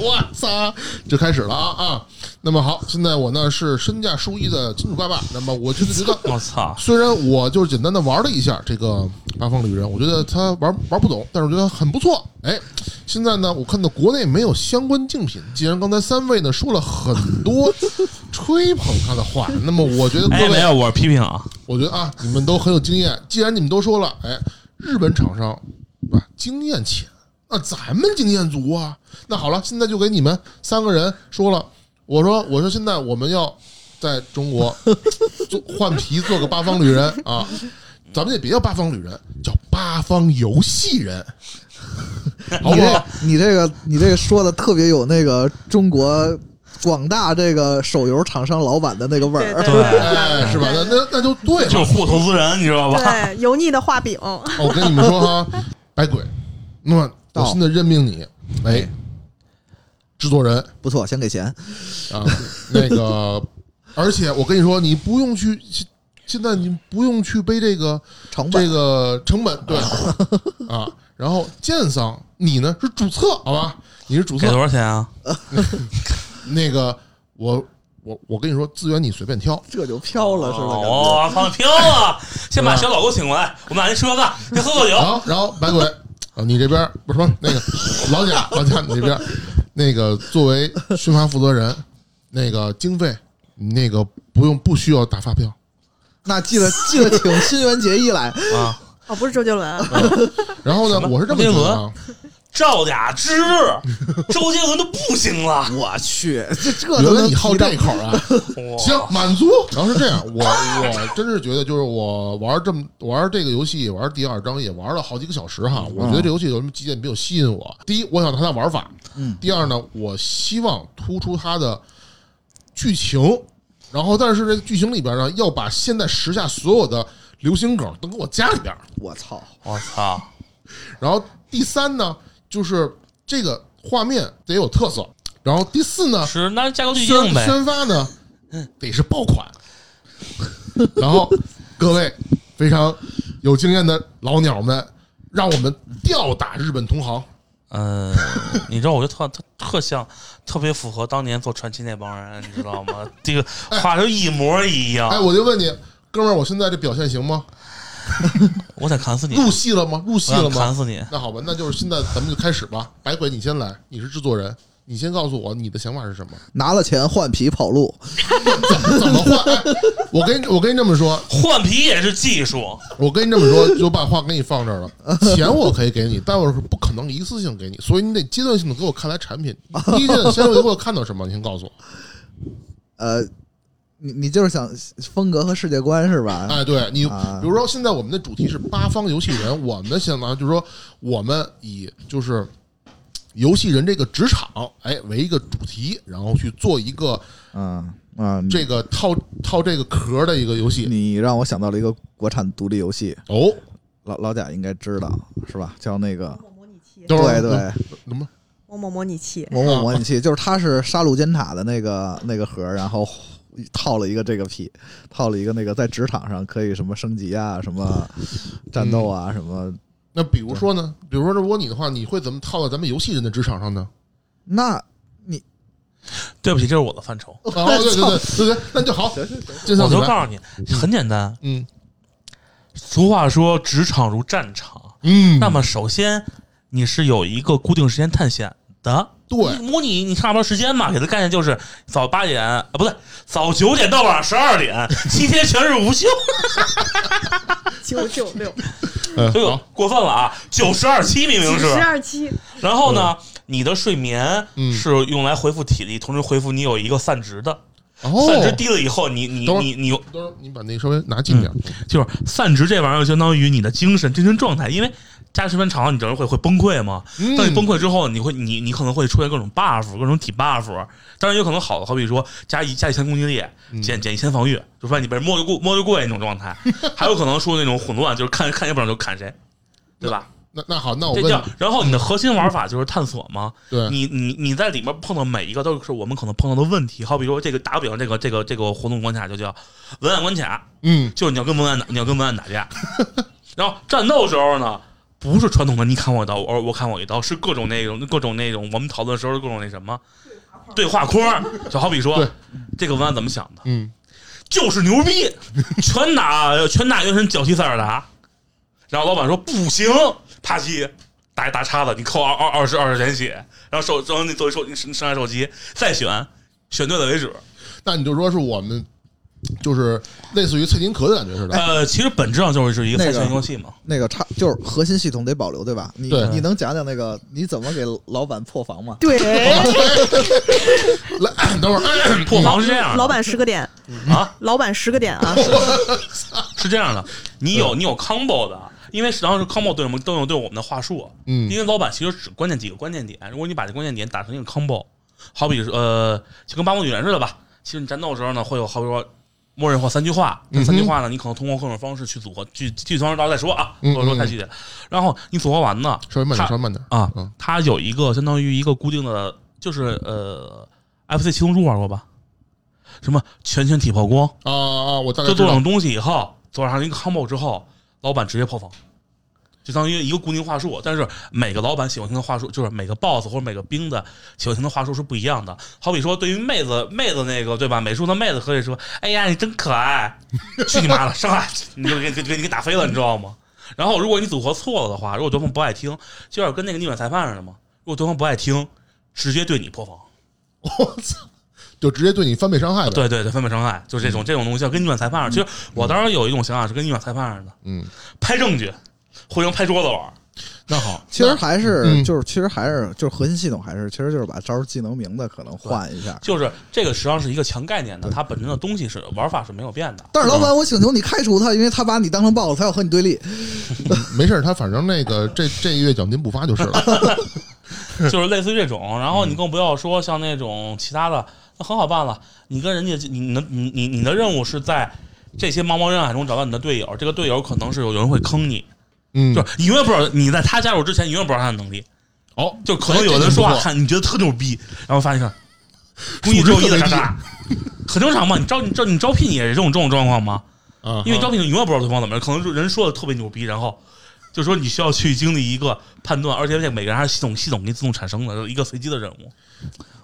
S1: 我操，就开始了啊啊！那么好，现在我呢是身价数亿的金主爸爸，那么我就是觉得。
S4: 我操！
S1: 虽然我就是简单的玩了一下这个《八方旅人》，我觉得他玩玩不懂，但是我觉得很不错。哎，现在呢，我看到国内没有相关竞品。既然刚才三位呢说了很多吹捧他的话，那么我觉得各
S4: 哎，没
S1: 位，
S4: 有，我是批评 啊，
S1: 我觉得啊，你们都很有经验。既然你们都说了，哎，日本厂商啊经验浅，那咱们经验足啊。那好了，现在就给你们三个人说了，我说我说现在我们要在中国 做换皮做个八方旅人啊，咱们也别叫八方旅人，叫八方游戏人，好不
S3: 你这
S1: 好？
S3: 你这个你这个说的特别有那个中国广大这个手游厂商老板的那个味
S2: 对
S3: 儿。
S2: 对
S1: 哎，是吧？那那那就对
S4: 就是唬
S1: 了。
S4: 投资人，你知道吧？
S2: 对，油腻的画饼，
S1: 我跟你们说哈，白鬼，那么我现在任命你为制作人。
S3: 不错，先给钱。
S1: 啊，那个， 而且我跟你说，你不用去，现现在你不用去背这个
S3: 成本
S1: 这个成本， 对啊。然后建商，你呢是主策，好吧？你是主
S4: 给
S1: 策
S4: 多，少钱啊？
S1: 那个我我我跟你说，资源你随便挑，
S3: 这就飘了是吧？感觉
S4: 哦，放飘啊！先把小老狗请过来，我们俩先吃个饭，先喝个酒
S1: 然。后然后白鬼啊，你这边不是不是那个 老贾老贾，你这边那个作为宣发负责人，那个经费你那个不用不需要打发票。
S3: 那记得记得请新垣结衣来。
S4: 啊，
S2: 哦，不是周杰伦，
S1: 然后呢，我是这
S4: 周
S1: 么觉
S4: 杰
S1: 得
S4: 伦
S1: 啊，
S4: 赵雅芝、周杰伦都不行了。
S3: 我去，这这
S1: 原
S3: 都
S1: 来
S3: 能
S1: 你好
S3: 提到
S1: 这口啊！
S4: 哇
S1: 行，满足。然后是这样，我我真是觉得，就是我玩这么玩这个游戏，玩第二章也玩了好几个小时哈。我觉得这游戏有什么几点比较吸引我？第一，我想它的玩法；
S3: 嗯
S1: 第二呢，我希望突出它的剧情。然后，但是这剧情里边呢，要把现在时下所有的流行梗都给我加里边。
S3: 我操，
S4: 我操！
S1: 然后第三呢，就是这个画面得有特色。然后第四
S3: 啊
S1: 呢，
S4: 是，那加个滤
S1: 宣
S4: 镜呗。
S1: 宣发呢，得是爆款。然后各位非常有经验的老鸟们，让我们吊打日本同行。
S4: 嗯， 你知道，我就特特特像，特别符合当年做传奇那帮人，你知道吗？这个画就一模一样。
S1: 哎哎，我就问你，哥们儿，我现在这表现行吗？
S4: 我想砍死你！
S1: 入戏了吗？入戏了
S4: 我想砍
S1: 吗？
S4: 死你！
S1: 那好吧，那就是现在咱们就开始吧。白鬼，你先来，你是制作人，你先告诉我你的想法是什么？
S3: 拿了钱换皮跑路，
S1: 怎么换？哎、我跟我跟你这么说，
S4: 换皮也是技术，
S1: 我跟你这么说，就把话给你放这儿了。钱我可以给你，但我是不可能一次性给你，所以你得阶段性的给我看来产品。第一阶段，先给我看到什么，你先告诉我。
S3: 呃，你你就是想风格和世界观是吧？
S1: 哎，对你，
S3: 啊
S1: 比如说现在我们的主题是八方游戏人，我们的想法就是说，我们以就是游戏人这个职场，哎，为一个主题，然后去做一个
S3: 嗯啊，你
S1: 这个套套这个壳的一个游戏。
S3: 你让我想到了一个国产独立游戏，
S1: 哦，
S3: 老老贾应该知道是吧？叫那个
S2: 某某模拟器，
S1: 等会儿
S3: 对对，
S1: 怎么？
S2: 某某模拟器，
S3: 某某模
S1: 啊
S3: 拟器，就是它是杀戮尖塔的那个那个盒儿，然后套了一个这个皮，套了一个那个在职场上可以什么升级啊，什么战斗啊，什么
S1: 那比如说呢？比如说，如果你的话，你会怎么套到咱们游戏人的职场上呢？
S3: 那
S4: 对不起，这是我的范畴。
S1: 哦，对对 对对对，那就好。这
S4: 我就
S1: 算什么？
S4: 告诉你，很简单。
S1: 嗯
S4: 俗话说，职场如战场。
S1: 嗯，
S4: 那么，首先你是有一个固定时间探线的。
S1: 对，
S4: 模拟你上班时间嘛，给他概念就是早八点啊，不对，早九点到晚上十二点，七天全是无休，
S2: 九九六，
S1: 嗯，
S4: 哎呦
S1: 好，，
S4: 过分了啊！九十二期明明
S2: 几
S4: 是
S2: 十，二期，
S4: 然后呢，你的睡眠
S1: 嗯
S4: 是用来恢复体力，同时恢复你有一个散值的，散值
S1: 哦，
S4: 低了以后，你你
S1: 等会儿
S4: 你你
S1: 等会儿你把那个稍微拿近点儿，
S4: 就是散值这玩意儿，相当于你的精神精神状态，因为加时间长了，你整个人会会崩溃嘛。
S1: 嗯
S4: 当你崩溃之后，你会你你可能会出现各种 buff，各种体 buff，当然有可能好的，好比说加一加一千攻击力，减减一千防御，就说你被人摸就过摸就过那种状态，还有可能出那种混乱，就是看看谁不上就砍谁，对吧？
S1: 那那好，那我
S4: 这
S1: 哦问
S4: 叫然后你的核心玩法就是探索嘛，
S1: 对，
S4: 你你你在里面碰到每一个都是我们可能碰到的问题，好比说这个打个比方，这个这个这个活动关卡就叫文案关卡，
S1: 嗯
S4: 就是你要跟文案打，你要跟文案打 架，然后战斗时候呢，不是传统的你砍我一刀，我我砍我一刀，是各种那种各种那种我们讨论的时候的各种那什么对话框儿，就好比
S1: 对
S4: 说这个文案怎么想的，
S1: 嗯，
S4: 就是牛逼， 拳打拳打原神，脚踢塞尔达，然后老板说不行，啪叽。打一大叉子，你扣二二二十二十点血，然后手，然后你作为手，你上上来手机再选，选对了为止。
S1: 那你就说是我们就是类似于蔡丁壳的感觉似的，
S4: 呃，其实本质上就是是一个
S3: 那
S4: 赛
S3: 个
S4: 前游戏嘛。
S3: 那个差就是核心系统得保留，对吧？你
S1: 对
S3: 你能讲讲那个你怎么给老板破防吗？
S2: 对，
S1: 来，等会儿哎
S4: 哎破防是这样的，
S2: 老板十个点
S4: 啊，
S2: 老板十个点啊，
S4: 是这样的，你有你有 combo 的，因为实际上是 combo 对我们都有对我们的话术，
S1: 嗯
S4: 因为老板其实只关键几个关键点，如果你把这关键点打成一个 combo，好比说呃，就跟八国女人似的吧，其实你战斗的时候呢，会有好比说。默认或三句话，这
S1: 嗯
S4: 三句话呢，你可能通过各种方式去组合，具具体方式到时候再说啊，
S1: 嗯
S4: 或者说
S1: 嗯
S4: 太具体。然后你组合完呢，
S1: 稍微慢点，
S4: 他
S1: 稍微慢点
S4: 啊
S1: 嗯，
S4: 它有一个相当于一个固定的，就是呃，FC 七龙珠玩过吧？什么拳拳体曝光，
S1: 啊啊，我大概
S4: 这
S1: 知
S4: 多
S1: 道
S4: 种，东西以后，走上一个 combo 之后，老板直接破防，就相当于一个固定话术。但是每个老板喜欢听的话术，就是每个 boss 或者每个兵的喜欢听的话术是不一样的。好比说，对于妹子妹子那个对吧，美术的妹子可以说：“哎呀，你真可爱！”去你妈的，上来你就给给给你给打飞了，你知道吗？然后如果你组合错了的话，如果对方不爱听，就要跟那个逆转裁判似的嘛。如果对方不爱听，直接对你破防。
S1: 就直接对你翻倍伤害呗，
S4: 对对对，分配伤害就是这种这种东西，要跟逆转裁判似的。其实我当时有一种想法是跟逆转裁判似的。
S1: 嗯，
S4: 拍证据，互相拍桌子玩儿。
S1: 那好，
S3: 其实还是、
S1: 嗯
S3: 就是其实还是就是核心系统还是其实就是把招儿技能名字可能换一下。
S4: 就是这个实际上是一个强概念的，它本身的东西是玩法是没有变的。
S3: 但是老板，我请求你开除他，因为他把你当成 boss，他要和你对立。
S1: 没事儿，他反正那个这这一月奖金不发就 是了，
S4: 就是类似于这种，然后你更不要说像那种其他的，那很好办了。你跟人家，你你的你你你的任务是在这些茫茫人海中找到你的队友，这个队友可能是有有人会坑你，
S1: 嗯
S4: 就，是你永远不知道你在他加入之前，你永远不知道他的能力。
S1: 哦，
S4: 就可能有人说话
S1: 哎这挺不错
S4: 看你觉得特牛逼，然后发现看，估计只有一个啥啥，很正常嘛。你招你招你招聘也是这种这种状况吗？
S1: 啊，
S4: 因为
S1: 啊
S4: 招聘你永远不知道对方怎么样，可能是人说的特别牛逼，然后就说你需要去经历一个判断，而且这每个人还是系统系统给你自动产生的一个随机的任务。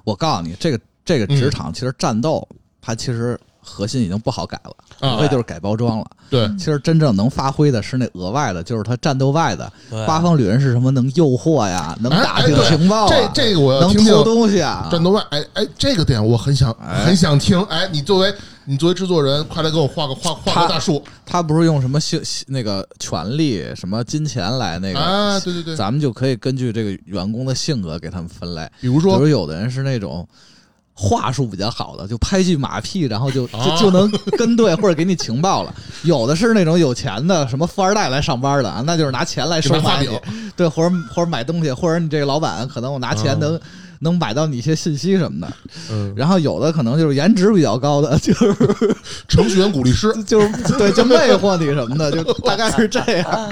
S5: 我告诉你，这个这个
S1: 嗯
S5: 职场其实战斗，它其实核心已经不好改了，无非
S1: 啊，
S5: 就是改包装了。
S1: 对，
S5: 其实真正能发挥的是那额外的，就是它战斗外的。
S1: 啊
S4: 对
S5: 八方旅人是什么？能诱惑呀，能
S1: 哎
S3: 啊
S5: 打
S1: 哎
S5: 听
S1: 对
S5: 情报
S1: 这
S5: 啊，
S1: 这个我要
S5: 能
S1: 听听
S5: 偷东西啊。
S1: 战斗外，哎哎，这个点我很想
S5: 哎
S1: 很想听，哎，你作为你作为制作人，快来给我画个画画
S5: 他
S1: 个大树
S5: 他不是用什么性那个权力、什么金钱来那个，
S1: 啊，对对对，
S5: 咱们就可以根据这个员工的性格给他们分类。
S1: 比如
S5: 比
S1: 说
S5: 如有的人是那种话术比较好的，就拍句马屁，然后就
S1: 啊
S5: 就就能跟对或者给你情报了；有的是那种有钱的，什么富二代来上班的啊，那就是拿钱来收
S1: 给他画
S5: 买
S1: 饼
S5: 你，对，或者或者买东西，或者你这个老板可能我拿钱能、能买到你一些信息什么的。
S1: 啊嗯，
S5: 然后有的可能就是颜值比较高的， 就是
S1: 程序员鼓励师，
S5: 就是对，就魅惑你什么的，就大概是这 样。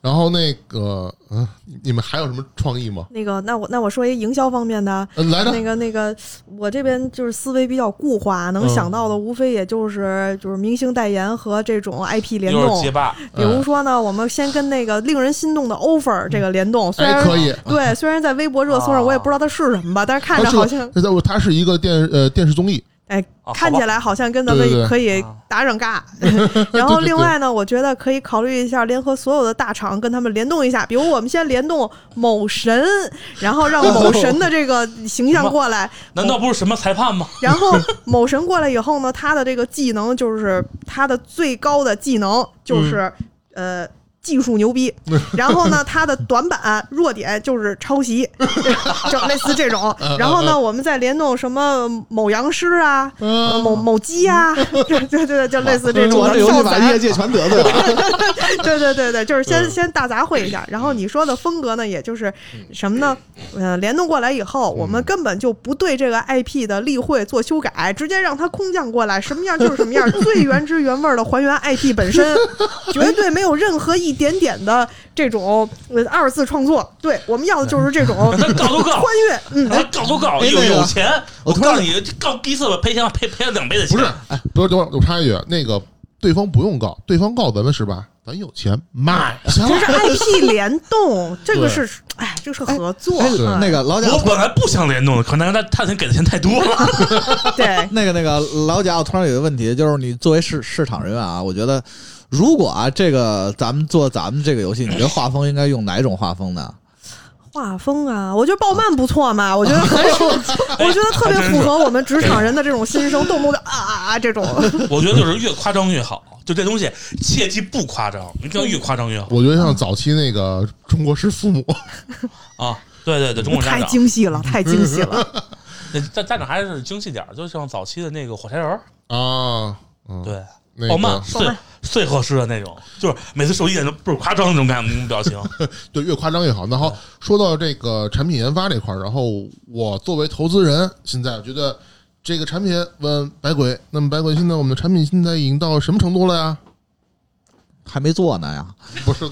S1: 然后那个，嗯、你你们还有什么创意吗？
S2: 那个，那我那我说一营销方面的啊，
S1: 呃、来着，
S2: 那个那个，我这边就是思维比较固化，能想到的无非也就是就是明星代言和这种 IP 联
S4: 又是
S2: 动
S4: 街。霸，
S2: 比如说呢，我们先跟那个令人心动的 offer 这个联动，虽
S1: 哎，
S2: 然
S1: 可以。
S2: 对，虽然在微博热搜上我也不知道它是什么吧，但是看着
S1: 它是
S2: 好像
S1: 它在它是一个电呃电视综艺，
S2: 哎
S4: 啊，
S2: 看起来好像跟咱
S1: 对对
S2: 们
S1: 对
S2: 可以
S4: 啊
S2: 打嚷 尬。 然后另外呢，我觉得可以考虑一下联合所有的大厂跟他们联动一下，比如我们先联动某神，然后让某神的这个形象过来，
S4: 难道不是什么裁判吗？
S2: 然后某神过来以后呢，他的这个技能就是他的最高的技能就是、
S5: 嗯
S2: 呃。技术牛逼，然后呢，他的短板弱点就是抄袭， 就类似这种。
S5: 嗯
S2: 然后呢，我们再联动什么某羊师啊，呃
S1: 嗯，
S2: 某某鸡呀、对对对， 就类似这种
S5: 玩
S2: 的
S5: 这游戏
S2: 跳
S5: 把
S2: 伞，啊
S5: 业界全得罪 了，
S2: 对对对对，就是先
S1: 嗯
S2: 先大杂烩一 下。然后你说的风格呢，也就是什么呢？呃，联动过来以后，我
S1: 嗯
S2: 们根本就不对这个 IP 的例会做修改，直接让它空降过来，什么样就是什么样，最原汁原味的还原 IP 本 身，绝对没有任何一点点的这种呃二次创作。对，我们要的就是这种
S1: 哎
S4: 咱搞都
S2: 穿
S4: 搞，
S2: 越， 嗯，
S4: 咱搞都搞，
S5: 哎
S4: 有
S5: 那个
S4: 有钱，我
S5: 我突
S4: 告
S5: 然
S4: 诉你，告第一次吧，赔钱吧赔赔了两倍的钱。
S1: 不是，哎，等会儿等会儿，我插一句，那个对方不用告，对方告咱们是吧？咱有钱买下
S2: 其实
S1: 来，
S2: IP 联动这个
S1: 对
S2: 是，哎，这是合作，
S1: 对
S2: 嗯
S5: 那个老贾
S4: 我本来不想联动的，可能他他给的钱太多了。
S1: 哎
S2: 对。
S5: 那个那个
S3: 老贾，我突然有一个问题，就是你作为市市场人员啊，我觉得如果啊，这个咱们做咱们这个游戏，你觉得画风应该用哪种画风呢？
S2: 画风啊，我觉得鲍曼不错嘛，我觉得很有， 我觉得特别符合我们职场人的这种心声，动不动就啊啊啊 这种。
S4: 我觉得就是越夸张越好，就这东西切记不夸张，一定要越夸张越好
S1: 我觉得像早期那个《中国式父母》，嗯
S4: 啊！对对对，中国家
S2: 太
S4: 长，
S2: 精细了，太精细
S4: 嗯
S2: 了。
S4: 那家家长还是精细点儿，就像早期的那个火柴人儿，
S1: 啊，嗯，
S4: 对，
S1: 那
S4: 鲍曼
S1: 个
S2: 鲍
S4: 最
S2: 曼
S4: 哦最合适的那种，就是每次手一点都倍儿夸张那种感觉那种表 情。
S1: 对，越夸张越好。那好，说到这个产品研发这块儿，然后我作为投资人，现在我觉得这个产品问百鬼，那么百鬼现在我们的产品现在已经到什么程度了呀？
S3: 还没做呢呀，
S1: 不是，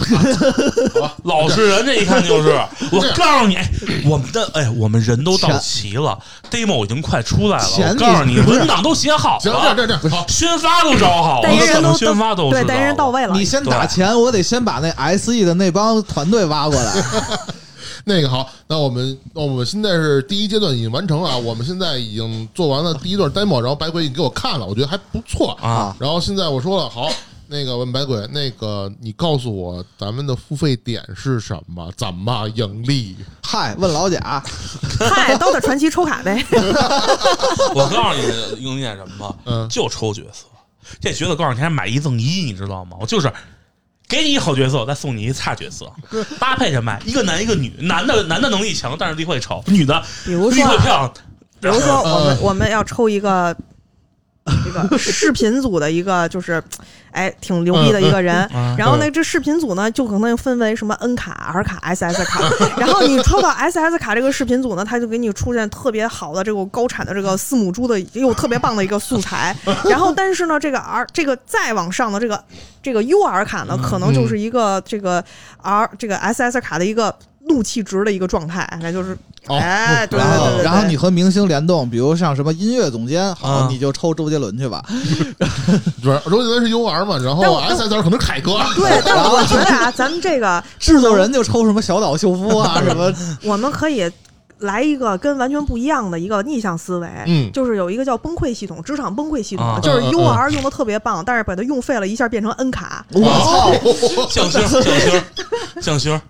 S4: 老实人，这一看就是，我
S1: 这
S4: 告诉你，哎我们的哎，我们人都到齐了，demo 已经快出来了，
S3: 前
S4: 我告诉你，
S3: 不是
S4: 文档都写好
S1: 行，这样
S4: 了，
S1: 这样这样，好，
S4: 宣发都找 好了，
S2: 代言人
S4: 怎么
S2: 都
S4: 宣发都
S2: 对，
S4: 知道
S2: 代言人到位了
S5: 你。先打钱，我得先把那 S E 的那帮团队挖过来。
S1: 那个好，那我们那我们现在是第一阶段已经完成了啊，我们现在已经做完了第一段 demo，然后百鬼已经给我看了，我觉得还不错。
S4: 啊。
S1: 然后现在我说了，好，那个问百鬼，那个你告诉我咱们的付费点是什么？怎么盈利？
S5: 嗨，问老贾，
S2: 嗨，《刀的传奇》抽卡呗，
S4: 我告诉你，用点什么吧，
S1: 嗯
S4: 就抽角色。这角色告诉你，还买一赠一，你知道吗？我就是给你一好角色，再送你一差角 色，搭配着卖，一个男一个女。男的男的能力强，但是力会丑；女的
S2: 比 如
S4: 力
S2: 说
S4: 会
S2: 啊，
S4: 漂亮。
S2: 比如 说我
S5: 嗯
S2: 们我们要抽一个。一个视频组的一个就是，哎，挺牛逼的一个
S5: 嗯
S2: 人。
S5: 啊
S2: 然后呢，这视频组呢，就可能分为什么 N 卡、R 卡、SS 卡。然后你抽到 SS 卡这个视频组呢，他就给你出现特别好的这种高产的这个四母猪的又特别棒的一个素材。 然后，但是呢，这个 R 这个再往上的这个这个 UR 卡呢，可能就是一个这个 R 这个 SS 卡的一个怒气值的一个状态，那就是
S1: 哦
S2: 哎，对对
S5: 然
S2: 对对
S5: 后
S2: 对，嗯
S5: 然后你和明星联动，比如像什么音乐总监，好，
S4: 啊
S5: 你就抽周杰伦去吧。
S1: 不是，周杰伦是 U R 嘛，然
S2: 但
S1: 后
S2: 我哦
S1: S S R 可能是凯哥。
S2: 对，但我觉得啊，咱们这个
S5: 制作人就抽什么小岛秀 夫啊，什么
S2: 我们可以来一个跟完全不一样的一个逆向思维，
S1: 嗯
S2: 就是有一个叫崩溃系统，职场崩溃系统，
S4: 啊
S2: 就是
S1: 嗯嗯
S2: UR 用的特别棒，但是把它用废了，一下变成 N 卡。
S5: 我操！
S4: 哦 向星，向星，向星，
S1: 哦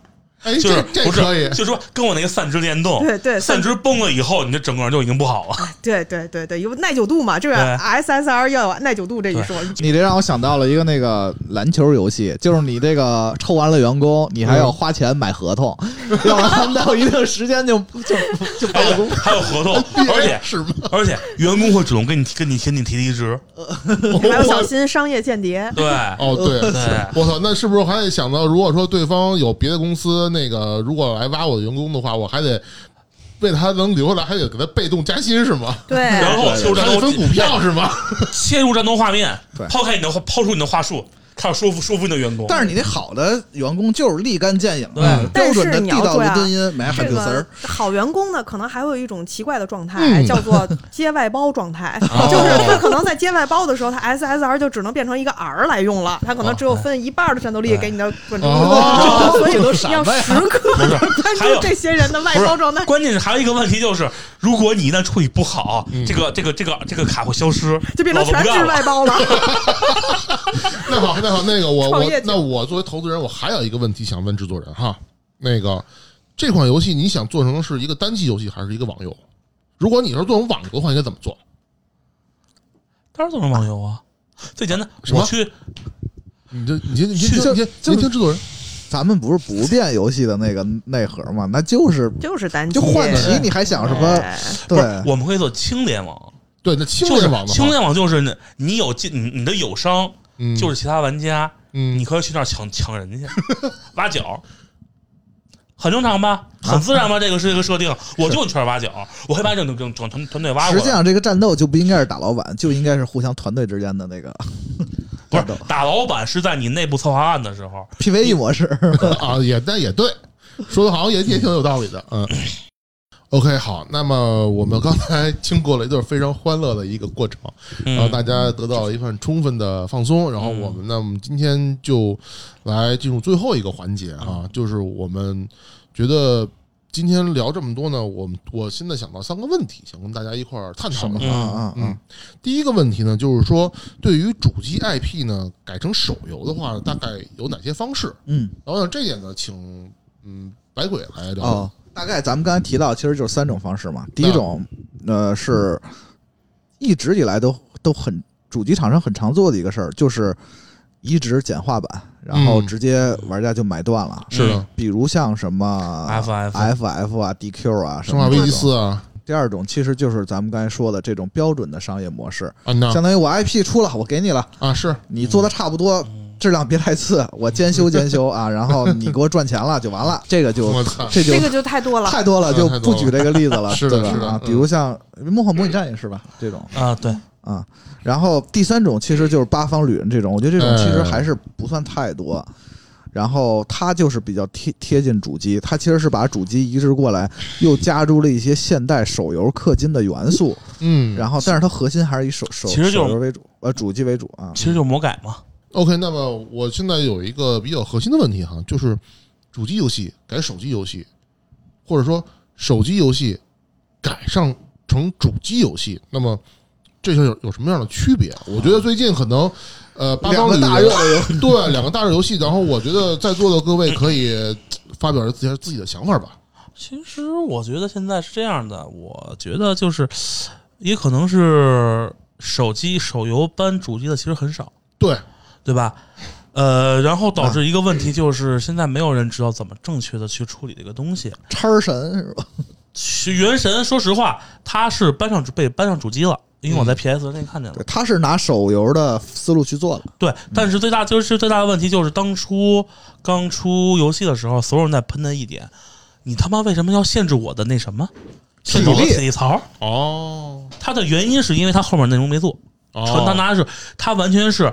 S1: 哎，
S4: 就
S1: 这
S4: 是
S1: 这
S4: 不
S1: 可以
S4: 是，，就是说跟我那个散值联动，
S2: 对对
S4: 散值崩了以后，你这整个人就已经不好了。
S2: 对对对对，有耐久度嘛，这个
S4: 对
S2: SSR 要有耐久度这一说。
S5: 你这让我想到了一个那个篮球游戏，就是你这个抽完了员工，你还要花钱买合 同，要不然到一定时间就 就就
S4: 还
S5: 罢
S4: 有
S5: 工。
S4: 还有合同，
S1: 哎
S4: 而且
S1: 是 吗？
S4: 而且员工会主动跟你跟你跟你提离职，
S2: 还要小心商业间谍。
S4: 对
S1: 哦，对，
S4: 对
S1: 我操，那是不是还得想到，如果说对方有别的公司那个如果来挖我的员工的话，我还得为他能留下来，还得给他被动加薪是吗？
S2: 对，
S4: 然后就是
S1: 还得分股票是吗？
S4: 切入战斗画面
S5: 对，
S4: 抛开你的话，抛出你的话术，开始说服说服你的员工。
S3: 但是你那好的员工就是立竿见影的
S4: 嗯，
S3: 标准
S2: 但
S3: 的
S2: 是你要
S3: 地道
S2: 对
S3: 的
S2: 啊
S3: 蹲音，买海
S2: 这
S3: 克丝
S2: 个
S3: 儿。
S2: 好员工呢，可能还会有一种奇怪的状态，叫做接外包状态，
S4: 哦
S2: 就是他可能在接外包的时候，他 SSR 就只能变成一个 R 来用了，他可能只有分一半的战斗力给你的准成
S1: 哦
S2: 所以
S3: 这都什么呀
S2: 要时刻地关
S4: 还有
S2: 注这些人的外包状态。
S4: 关键是还有一个问题就是，如果你一旦处理不好，
S1: 嗯
S4: 这个这个这个这个卡会消失，
S2: 就变成
S4: 老子
S2: 全
S4: 不干
S2: 是
S4: 了
S2: 外包了，
S1: 那好，那好，那个我
S2: 创
S1: 我
S2: 业
S1: 那我作为投资人，我还有一个问题想问制作人哈，那个这款游戏你想做成是一个单机游戏还是一个网游？如果你要是做成网游的话，应该怎么做？
S4: 当然做成网游啊。最简单，
S1: 什么
S4: 我去
S1: 你就你先你先
S6: 就
S1: 听先
S6: 就
S1: 先听制作人，
S3: 咱们不是不变游戏的那个内核嘛，那就是
S2: 就是单机
S3: 就换题，你还想什么？
S2: 哎
S4: 不
S3: 对
S4: 是，我们可以做清联网，
S1: 对，那轻
S4: 就是
S1: 联网的
S4: 清
S1: 话，
S4: 联网就是你你有进你你的友商
S1: 嗯，
S4: 就是其他玩家，
S1: 嗯
S4: 你，可以去那儿抢抢人去，挖角，很正常
S1: 啊
S4: 吧？很自然吧？这个是一个设定，我就圈挖角，我会把整整整团团队挖
S3: 实
S4: 过
S3: 际
S4: 来。
S3: 上这个战斗就不应该是打老板，就应该是互相团队之间的那个
S4: 不是
S3: 战斗
S4: 打老板是在你内部策划案的时候，
S3: PVE 模式。
S4: 嗯
S1: 啊，也但也对，说的好像也也挺有道理的，嗯。OK，好，那么我们刚才经过了一段非常欢乐的一个过程，然后
S4: 嗯，
S1: 大家得到了一份充分的放松，然后我们呢，我们今天就来进入最后一个环节
S4: 嗯
S1: 啊，就是我们觉得今天聊这么多呢，我们我现在想到三个问题，想跟大家一块儿探讨一下。
S4: 嗯
S3: 啊啊
S1: 嗯，第一个问题呢，就是说对于主机 IP 呢改成手游的话，大概有哪些方式？
S3: 嗯
S1: 然后呢，这点呢，请嗯白鬼来聊。
S3: 哦，大概咱们刚才提到，其实就是三种方式嘛。第一种，呃，是一直以来都都很主机厂商很常做的一个事儿，就是移植简化版，然后
S1: 嗯
S3: 直接玩家就买断了。
S1: 是的，
S3: 比如像什么
S4: FF
S3: FF 啊、DQ 啊，什
S1: 生
S3: 么
S1: 化危机
S3: 这种
S1: 四啊，
S3: 第二种其实就是咱们刚才说的这种标准的商业模式，
S1: 啊那
S3: 相当于我 IP 出了，我给你了，
S1: 啊是，
S3: 你做的差不多，
S1: 嗯
S3: 质量别太次，我监修监修啊，然后你给我赚钱了就完了，这个就
S1: 我操，
S3: 这就
S2: 这个就太多了。
S3: 太多了，
S1: 这个太
S3: 就
S1: 多
S3: 不
S1: 了
S3: 举这个例子了，
S1: 是的
S3: 对吧
S1: 是的
S3: 啊，
S1: 嗯
S3: 比如像《梦幻模拟战》也是吧，这种
S4: 啊，对，
S3: 啊。然后第三种其实就是八方旅人这种，我觉得这种其实还是不算太多。然后它就是比较贴贴近主机，它其实是把主机移植过来，又加入了一些现代手游氪金的元素。
S1: 嗯，
S3: 然后，但是它核心还是以手手
S4: 其实就是
S3: 手游为主，呃，主机为主啊。
S4: 其实就是魔改嘛。
S1: OK，那么我现在有一个比较核心的问题哈，就是主机游戏改手机游戏，或者说手机游戏改上成主机游戏，那么这些有有什么样的区别？啊我觉得最近可能。呃，八
S3: 两
S1: 方
S3: 个
S1: 旅
S3: 大
S1: 人
S3: 热的游
S1: 对两个大热游戏，然后我觉得在座的各位可以呃发表自己自己的想法吧。
S4: 其实我觉得现在是这样的，我觉得就是也可能是手机手游搬主机的其实很少，
S1: 对，
S4: 对吧？呃，然后导致一个问题就是，现在没有人知道怎么正确的去处理这个东西。
S3: 叉儿神是吧？
S4: 其原神，说实话，它是搬上被搬上主机了，因为我在 PS 那看见了。
S3: 对，他是拿手游的思路去做的。
S4: 对，但是最大就是最大的问题就是，当初刚出游戏的时候，所有人在喷的一点，你他妈为什么要限制我的那什么？限制我的
S3: 体力
S4: 体力槽？
S1: 哦，
S4: 它的原因是因为它后面内容没做，传他拿的是它完全是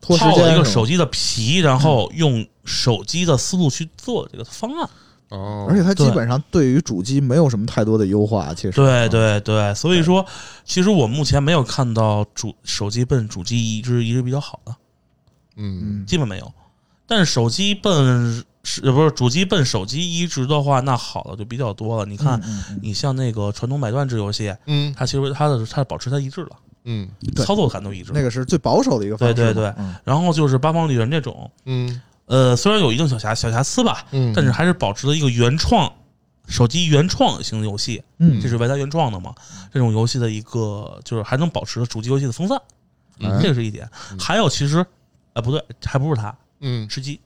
S3: 拖时
S4: 套了
S3: 间
S4: 一个
S3: 是吧
S4: 手机的皮，然后用手机的思路去做这个方案。
S1: 哦，
S3: 而且它
S4: 嗯
S3: 基
S4: 对
S3: 本上对于主机没有什么太多的优化，其实
S4: 对对对，所以说，其实我目前没有看到主手机奔主机移植移植比较好的，
S1: 嗯，
S4: 基本没有。但是手机奔是呃不是主机奔手机移植的话，那好的就比较多了。你看，
S5: 嗯
S3: 嗯
S4: 你像那个传统买断制游戏，
S1: 嗯
S4: 它其实它的它保持它一致了，
S1: 嗯
S3: 对
S4: 操作感都一致了。
S3: 那个是最保守的一个方式嘛。
S4: 对对对
S3: 嗯
S4: 然后就是八方旅人这种，
S1: 嗯
S4: 呃，虽然有一定小瑕小瑕疵吧，
S1: 嗯，
S4: 但是还是保持了一个原创手机原创型游戏，
S3: 嗯
S4: 这是玩家原创的嘛？这种游戏的一个就是还能保持主机游戏的风范，
S1: 嗯
S4: 这个是一点。还有其实，呃，不对，还不是它，
S1: 嗯
S4: 吃 鸡，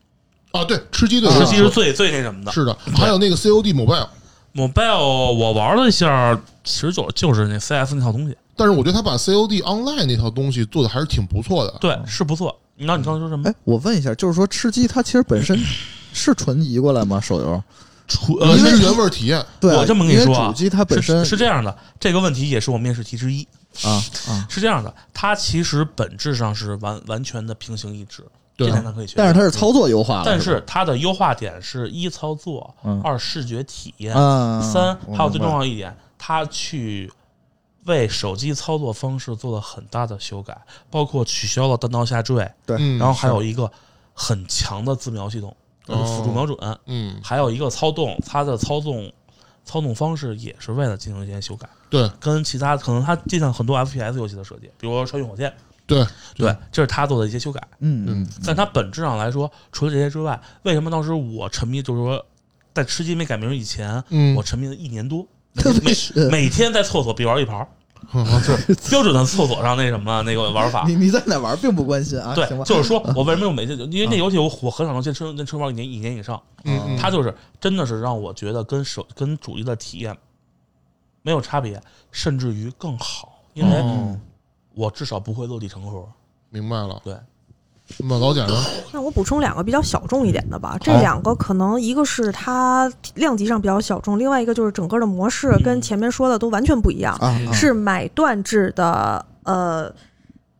S1: 啊，对，吃鸡
S3: 嗯
S1: 对，
S4: 吃鸡是
S1: 是
S4: 最最那什么的。
S1: 是的，还有那个 COD Mobile。
S4: Mobile 我玩了一下，其实就就是那 CS 那套东西，
S1: 但是我觉得他把 COD Online 那套东西做的还是挺不错的。
S4: 对，是不错。那你刚才说什么
S3: 哎？，我问一下，就是说吃鸡它其实本身是纯移过来吗？手游？
S4: 除呃，
S1: 因为是
S4: 是
S1: 原味儿体验，
S3: 对啊，
S4: 我这么跟你
S3: 因为
S4: 说啊
S3: 主机它本身
S4: 是是这样的，这个问题也是我面试题之一。
S3: 啊啊
S4: 是这样的，它其实本质上是完完全的平行移植，
S1: 对
S4: 这点它可以学。
S3: 啊但是它是操作优化了，
S4: 但
S3: 是
S4: 是它的优化点是一操作，
S3: 嗯
S4: 二视觉体验，
S3: 啊，
S4: 三
S3: 我
S4: 还有
S3: 明
S4: 最
S3: 白
S4: 重要一点，它去为手机操作方式做了很大的修改，包括取消了单刀下坠，
S1: 嗯，
S4: 然后还有一个很强的自瞄系统，就是辅
S3: 哦
S4: 助瞄准，
S1: 嗯，
S4: 还有一个操纵，它的操纵操纵方式也是为了进行一些修改，
S1: 对
S4: 跟其他可能它就像很多 FPS 游戏的设计，比如说《穿越火线》，
S1: 对，
S4: 对，这是它做的一些修改。
S3: 嗯
S1: 嗯
S3: 嗯
S4: 但它本质上来说，除了这些之外，为什么当时我沉迷，就是说在吃鸡没改名以前，
S1: 嗯
S4: 我沉迷了一年 多，
S3: 特别
S4: 每
S3: 是
S4: 每天在厕所必玩一盘儿，
S1: 嗯
S4: 就是标准的厕所上那什么那个玩法。
S5: 嗯
S3: 你你在哪玩并不关心啊，
S4: 对
S3: 行，吧？
S4: 就是 说我为什么我每天，因为那游戏我我很少能坚持坚持玩一年一年以上，
S1: 嗯嗯，
S4: 它就是真的是让我觉得跟手跟主机的体验没有差别，甚至于更好，
S3: 嗯
S4: 因为
S3: 啊
S1: 哦
S4: 我至少不会落地成盒。
S1: 明白了。
S4: 对，
S1: 那么老贾呢？
S5: 那我补充两个比较小众一点的吧，这
S1: 好
S5: 两个可能一个是它量级上比较小众，另外一个就是整个的模式跟前面说的都完全不一样，
S3: 啊啊
S5: 是买断制的呃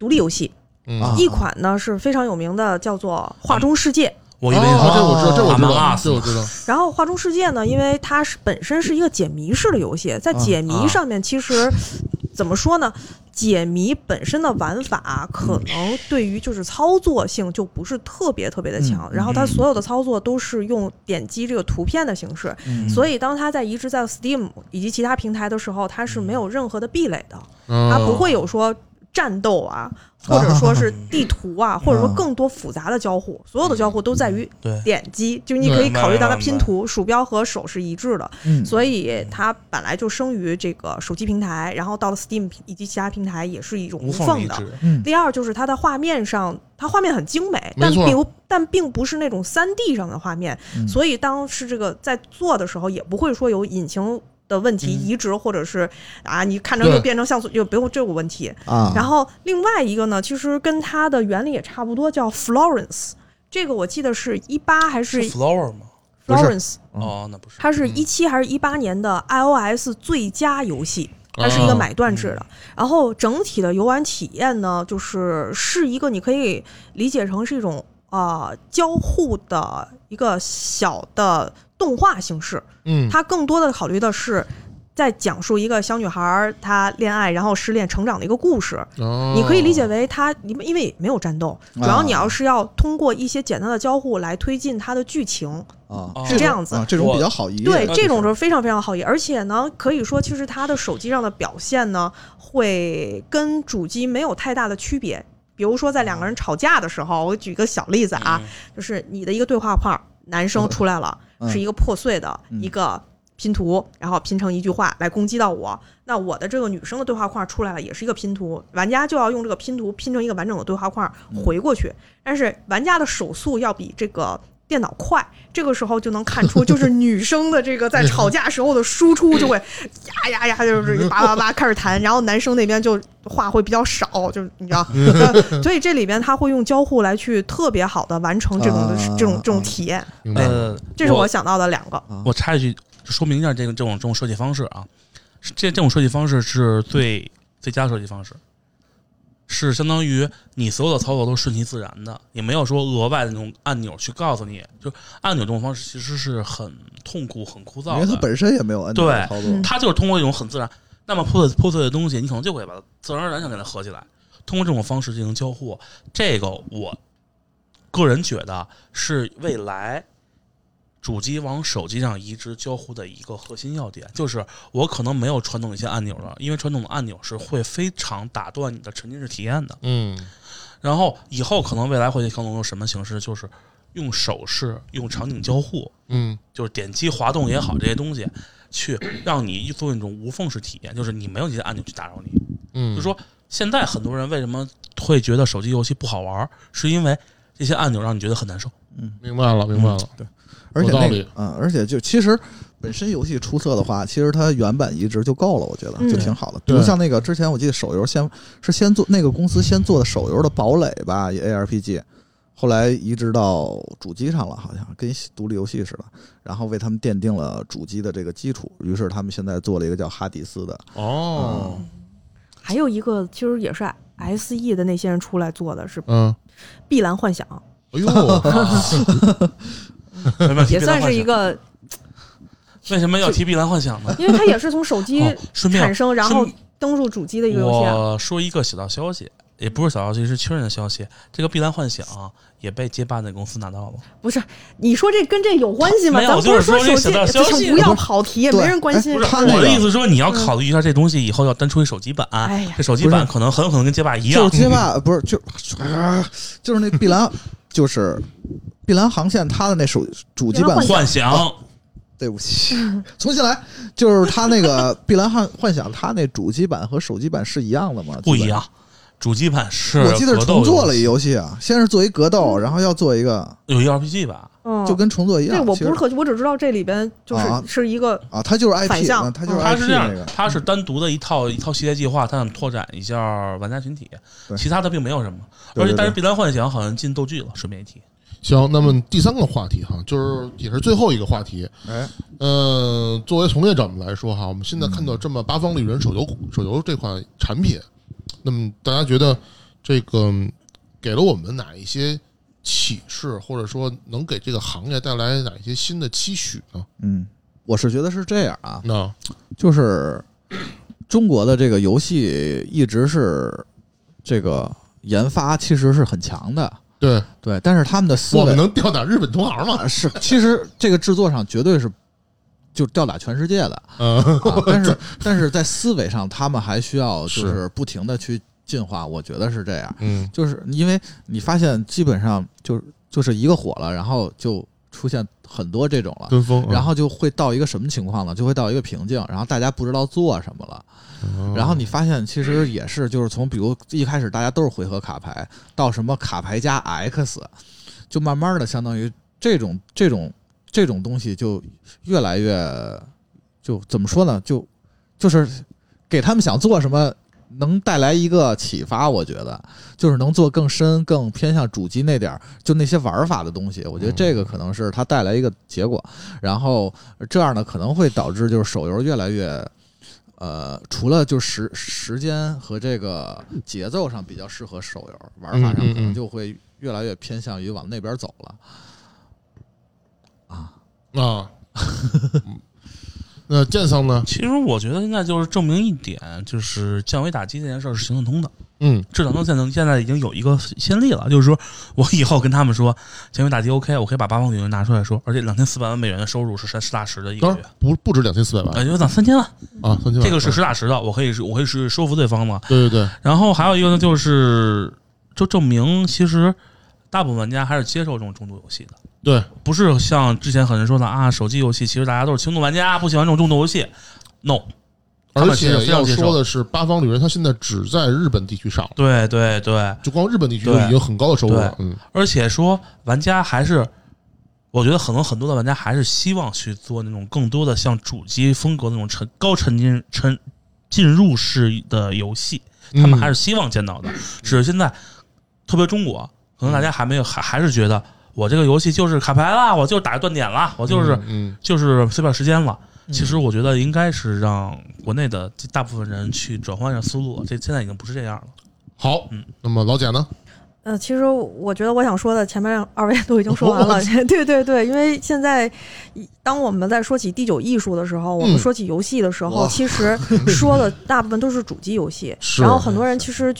S5: 独立游戏。
S1: 嗯
S3: 啊
S5: 一款呢是非常有名的，叫做《画中世界》。
S4: 我以为你
S1: 哦
S4: 说
S1: 这我知道，这我知道，嗯
S4: Among Us
S1: 这我知道。
S5: 然后《画中世界》呢，因为它是本身是一个解谜式的游戏，在解谜上面其实 怎么说呢？解谜本身的玩法可能对于就是操作性就不是特别特别的强，然后它所有的操作都是用点击这个图片的形
S3: 嗯
S5: 式，
S4: 嗯
S5: 所以当它在移植在 Steam 以及其他平台的时候，它是没有任何的壁垒的。
S1: 嗯
S5: 它不会有说战斗啊，或者说是地图啊，或者说更多复杂的交互。所有的交互都在于
S4: 对
S5: 点击，就是你可以
S4: 明白
S5: 考虑到它
S4: 明白
S5: 拼图、鼠标和手是一致的，
S3: 嗯
S5: 所以它本来就生于这个手机平台，然后到了 Steam 以及其他平台也是一种
S4: 无
S5: 无
S4: 缝
S5: 缝
S4: 一
S5: 的。
S4: 致。
S3: 嗯
S5: 第二就是它的画面上，它画面很精美，
S1: 没
S5: 但
S1: 错嗯
S5: 并不但并不是那种三 D 上的画面，所以当是这个在做的时候，也不会说有引擎的问题、移植，或者是啊，你看着
S1: 嗯对
S5: 就变成像素就不用这个问题。
S3: 啊，
S5: 然后另外一个呢，其实跟它的原理也差不多，叫 Florence。这个我记得是一八还是
S4: 是 flower 吗？
S3: 不是
S5: Florence，
S4: 哦，那不是。
S5: 它是一七还是一八年的 iOS 最佳游戏，它
S4: 哦
S5: 是一个
S4: 嗯
S5: 买断制的。然后整体的游玩体验呢，就是是一个你可以理解成是一种啊、呃交互的一个小的动画形式。
S1: 嗯，
S5: 它更多的考虑的是在讲述一个小女孩儿她恋爱然后失恋成长的一个故事。
S1: 哦
S5: 你可以理解为它，你们因为也没有战斗，主要你要是要通过一些简单的交互来推进它的剧情，
S3: 啊
S4: 哦
S5: 是这样子。
S3: 啊，这种
S4: 我
S3: 比较好移，
S5: 对，
S4: 那
S5: 这
S4: 就
S5: 种
S4: 是
S5: 是非常非常好移，而且呢，可以说其实它的手机上的表现呢，会跟主机没有太大的区别。比如说在两个人吵架的时候，我举个小例子
S4: 嗯
S5: 啊，就是你的一个对话框，男生出来了，
S3: 嗯
S5: 是一个破碎的一个拼图，然后拼成一句话来攻击到我。那我的这个女生的对话框出来了，也是一个拼图，玩家就要用这个拼图拼成一个完整的对话框
S3: 嗯
S5: 回过去。但是玩家的手速要比这个电脑快，这个时候就能看出，就是女生的这个在吵架时候的输出就会呀呀呀，就是叭叭叭开始弹，然后男生那边就话会比较少，就是你 知道，所以这里边他会用交互来去特别好的完成这种的
S3: 啊
S5: 这种这种体验，
S1: 明白了。
S4: 呃，
S5: 这是我想到的两个。
S4: 我插一句，说明一下这个这种这种设计方式啊，是这这种设计方式是最最佳设计方式，是相当于你所有的操作都顺其自然的，也没有说额外的那种按钮去告诉你，就按钮这种方式其实是很痛苦、很枯
S3: 因
S4: 燥
S3: 为它
S4: 的。
S3: 本身也没有摁钮
S4: 对
S3: 操作
S5: 嗯，
S4: 它就是通过一种很自然，那么破碎破碎的东西，你可能就会把它自然而然想给它合起来，通过这种方式进行交互。这个我个人觉得是未来主机往手机上移植交互的一个核心要点，就是我可能没有传统一些按钮了，因为传统的按钮是会非常打断你的沉浸式体验的。
S1: 嗯，
S4: 然后以后可能未来会可能用什么形式，就是用手势、用场景交互，
S1: 嗯
S4: 就是点击滑动也好这些东西，去让你做那种无缝式体验，就是你没有这些按钮去打扰你。
S1: 嗯，
S4: 就说现在很多人为什么会觉得手机游戏不好玩儿，是因为这些按钮让你觉得很难 受。
S3: 嗯
S1: 明白了，明白了。
S3: 而且
S1: 有道
S3: 那
S1: 理
S3: 个嗯，而且就其实本身游戏出色的话，其实它原版移植就够了，我觉得
S5: 嗯
S3: 就挺好的。
S1: 对
S3: 不像那个之前我记得手游先是先做那个公司先做的手游的堡垒吧也，ARPG，后来移植到主机上了，好像跟独立游戏似的，然后为他们奠定了主机的这个基础。于是他们现在做了一个叫哈迪斯的，
S1: 哦，
S5: 还 E 有一个其实也是 SE 的那些人出来做的是《
S1: 嗯，
S5: 碧蓝幻想》，
S1: 哎哎
S4: 为
S1: 呦，
S4: 什么要提
S5: 也
S4: 碧蓝
S5: 算
S4: 幻想
S5: 是一个，
S4: 为什么要提碧蓝幻想呢？
S5: 因为它也是从手机
S4: 哦顺便
S5: 产生，然后登入主机的一个游戏啊。
S4: 我说一个小道消息，也不是小道消息，是确认的消息。这个《碧蓝幻想》也被街霸那公司拿到了。
S5: 不是，你说这跟这有关系吗？
S4: 没有
S5: 咱们不
S4: 就是
S5: 说
S4: 说这
S5: 手机，
S4: 小道
S5: 咱
S4: 消息
S5: 们不要跑题，也
S7: 对
S5: 没人关心
S7: 哎。他那
S4: 我的意
S7: 个
S4: 思是说，你要考虑一下这东西以后要单出一手机版。
S5: 嗯哎呀
S4: 这手机版可能很有可能跟街霸一
S3: 就
S4: 样
S3: 是。街霸不是就、啊就是那碧蓝，就是碧蓝航线它的那手主机
S5: 碧蓝
S3: 版哦
S5: 幻
S4: 幻想，
S3: 对不起，重新来，就是它那个《碧蓝幻幻想》，它那主机版和手机版是一样的吗？
S4: 不一样，主机版是
S3: 基本上。我记得
S4: 格
S3: 是
S4: 斗
S3: 重做了
S4: 游戏
S3: 一游戏啊，先是做一格斗，然后要做一个，
S4: 有一个 RPG 吧？
S5: 嗯，
S3: 就跟重做一样。
S5: 这我
S3: 其
S5: 不
S3: 实
S5: 是特，我只知道这里边就是
S3: 啊
S5: 是一个
S3: 啊，它就是 IP，
S5: 反向
S3: 嗯它就是
S5: 嗯
S3: IP
S4: 它是这样
S3: 那，个。
S4: 它是单独的一套一套系列计划，它想拓展一下玩家群体，
S3: 对
S4: 其他的并没有什么。
S3: 对对
S4: 而且，但是
S3: 对
S4: 《碧蓝幻想》好像进斗剧了，顺便一提。
S1: 行，那么第三个话题哈，就是也是最后一个话题。
S3: 哎，
S1: 呃，作为从业者们来说哈，我们现在看到这么八方旅人手游手游这款产品，那么大家觉得这个嗯给了我们哪一些启示，或者说能给这个行业带来哪一些新的期许呢？
S3: 嗯，我是觉得是这样啊，
S1: 那
S3: 就是中国的这个游戏一直是这个研发其实是很强的，
S1: 对
S3: 对，但是他们的思
S1: 我们
S3: 维
S1: 能吊打日本同行吗？
S3: 啊是，其实这个制作上绝对是就吊打全世界的，
S1: 嗯，
S3: 啊、但是但是在思维上，他们还需要就是是不停的去进化，我觉得是这样。
S1: 嗯，
S3: 就是因为你发现基本上就是就是一个火了，然后就出现很多这种了。
S1: 跟风。
S3: 然后就会到一个什么情况呢？就会到一个瓶颈，然后大家不知道做什么了。
S1: 嗯，
S3: 然后你发现其实也是，就是从比如一开始大家都是回合卡牌，到什么卡牌加 X，就慢慢的相当于这种这种这种东西就越来越就怎么说呢？就就是给他们想做什么。能带来一个启发，我觉得就是能做更深、更偏向主机那点儿，就那些玩法的东西。我觉得这个可能是它带来一个结果，然后这样呢可能会导致就是手游越来越呃，除了就时时间和这个节奏上比较适合手游，玩法
S1: 嗯嗯
S3: 上可
S1: 嗯
S3: 能就会越来越偏向于往那边走了。啊，
S1: 啊， 那剑桑呢？
S4: 其实我觉得现在就是证明一点，就是降维打击这件事儿是行得通的。
S1: 嗯
S4: 至少到现在现在已经有一个先例了，就是说我以后跟他们说降维打击 OK，我可以把八方旅人拿出来说，而且两千四百万美元的收入是实实打实的一个
S1: 当
S4: 月
S1: 然。不不止两千四百
S4: 呃，
S1: 万
S4: 有涨三千万，
S1: 啊，三千万。
S4: 这个是实打实的，我可以是，我可以是说服对方的。
S1: 对对对，
S4: 然后还有一个呢，就是就证明其实大部分玩家还是接受这种重度游戏的，
S1: 对，
S4: 不是像之前很多人说的啊，手机游戏其实大家都是轻度玩家，不喜欢这种重度游戏。No，他
S1: 而
S4: 们其实非
S1: 且
S4: 常
S1: 要
S4: 接受
S1: 说的是，八方旅人他现在只在日本地区上了，
S4: 对对对，
S1: 就光日本地区就已经很高的收入了。嗯，
S4: 而且说玩家还是，我觉得可能很多的玩家还是希望去做那种更多的像主机风格那种沉高沉浸沉进入式的游戏，他
S1: 嗯
S4: 们还是希望见到的。只是现在，特别中国，可能大家还没有还还是觉得我这个游戏就是卡牌啦，我就是打断点啦，我就是、
S1: 嗯
S4: 就是碎片时间了。其实我觉得应该是让国内的大部分人去转换一下思路了，这现在已经不是这样了。
S1: 好
S4: 嗯。
S1: 那么老贾呢？
S5: 呃，其实我觉得我想说的前面两二位都已经说完
S3: 哦
S5: 了， 对对对，因为现在当我们在说起第九艺术的时候，我
S1: 嗯
S5: 们说起游戏的时候，
S3: 哇
S5: 其实说的大部分都是主机游戏，
S1: 是
S5: 然后很多人其实。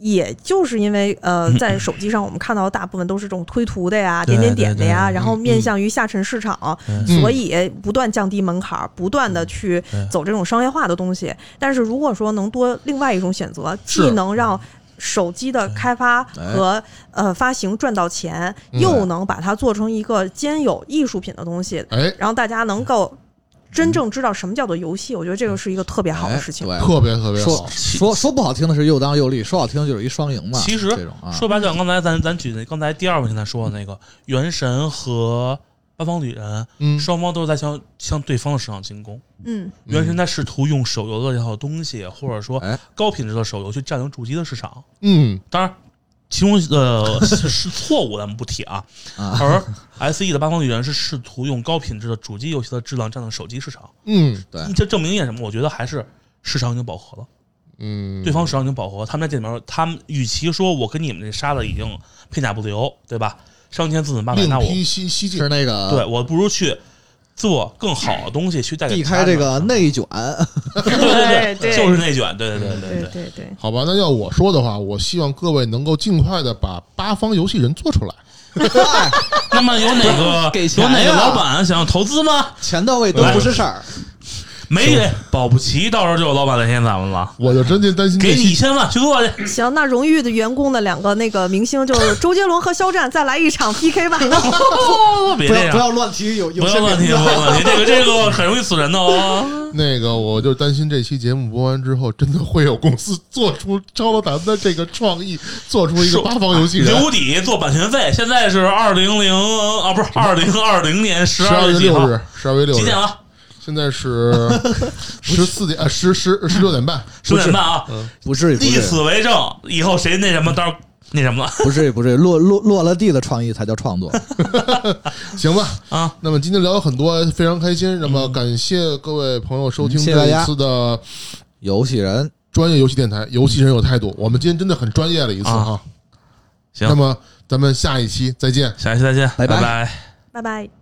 S5: 也就是因为呃，在手机上我们看到的大部分都是这种推图的呀、
S4: 对
S5: 点点点的呀，
S4: 对对对
S5: 然后
S1: 嗯
S5: 面向于下沉市场，
S4: 嗯
S5: 所以不断降低门槛儿，不断的去
S4: 对
S5: 走这种商业化的东西。但是如果说能多另外一种选择，
S1: 是
S5: 既能让手机的开发和呃发行赚到钱，
S1: 嗯
S5: 又能把它做成一个兼有艺术品的东西，
S1: 哎，
S5: 然后大家能够真正知道什么叫做游戏，我觉得这个是一个特别好的事情。
S3: 哎对
S1: 特别特别
S3: 说
S1: 好。
S3: 说说不好听的是又当又立，说好听的就是一双赢嘛。
S4: 其实
S3: 这种啊，
S4: 嗯说白了，刚才咱咱举那刚才第二位现在说的那个《原神》和《八方旅人》，
S1: 嗯，
S4: 双方都是在向向对方的市场进攻。
S5: 嗯，
S4: 《原神》在试图用手游的这套东西，或者说
S3: 哎
S4: 高品质的手游去占领主机的市场。
S1: 嗯，
S4: 当然，其中的 是是错误，咱们不提啊。
S3: 啊
S4: 而 S E 的《八方旅人》是试图用高品质的主机游戏的质量占领手机市场，
S1: 嗯
S3: 对
S4: 这证明一点什么？我觉得还是市场已经饱和了。
S1: 嗯，
S4: 对方手上已经饱和，他们在这里面，他们与其说我跟你们这杀的已经片甲不留，对吧？上千四千八百，那
S1: 另
S4: 我
S1: 辟蹊蹊径
S3: 是。那个
S4: 对我不如去做更好的东西去带给
S3: 避
S4: 其他
S3: 开这
S4: 人
S3: 个内卷，
S4: 对对
S5: 对对
S4: 就是内卷，对对对对
S5: 对
S4: 对。
S5: 对对，
S1: 好吧，那要我说的话，我希望各位能够尽快的把八方游戏人做出来。
S3: 哎
S4: 那么有哪个
S3: 给钱
S4: 有哪个
S3: 呀
S4: 老板想要投资吗？
S3: 钱到位都不是事儿。
S4: 没给，保不齐到时候就有老板来天咱们了。
S1: 我就真的担心这
S4: 给你一
S1: 期
S4: 千万去做去，
S5: 行，那荣誉的员工的两个那个明星就是周杰伦和肖战，再来一场 PK 吧。
S4: 哎别
S3: 不
S4: 这
S3: 要不
S4: 样，
S3: 要乱提有有
S4: 不
S3: 些
S4: 要乱
S3: 名
S4: 提，
S3: 字
S4: 不要乱提，这个这个很容易死人的哦。
S1: 那个，我就担心这期节目播完之后，真的会有公司做出超了咱们的这个创意，做出一个
S4: 说
S1: 八方游戏人。
S4: 留底做版权费，现在是二零零啊，不是二零二零年十
S1: 十二
S4: 二
S1: 月
S4: 几号
S1: 六？日，十二月六
S4: 几
S1: 日
S4: 点，了？
S1: 现在是十四点，呃，十十十六 点半。
S4: 十点半啊！
S3: 不至于，不
S4: 以
S3: 至于，
S4: 此为证，以后谁那什么，到时候那什么了
S3: 不至于，不至于，落落落了地的创意才叫创作。
S1: 行吧，
S4: 啊？
S1: 那么今天聊了很多，非常开心。那么感谢各位朋友收听
S3: 嗯谢谢
S1: 这
S3: 大
S1: 一
S3: 家
S1: 次的
S3: 游戏人，
S1: 专业游戏电台，游戏人有态度。我们今天真的很专业了一次
S4: 啊
S1: 哈。
S4: 行
S1: 那么咱们下一期再见。
S4: 下期再见，
S3: 拜拜
S4: 拜
S5: 拜拜。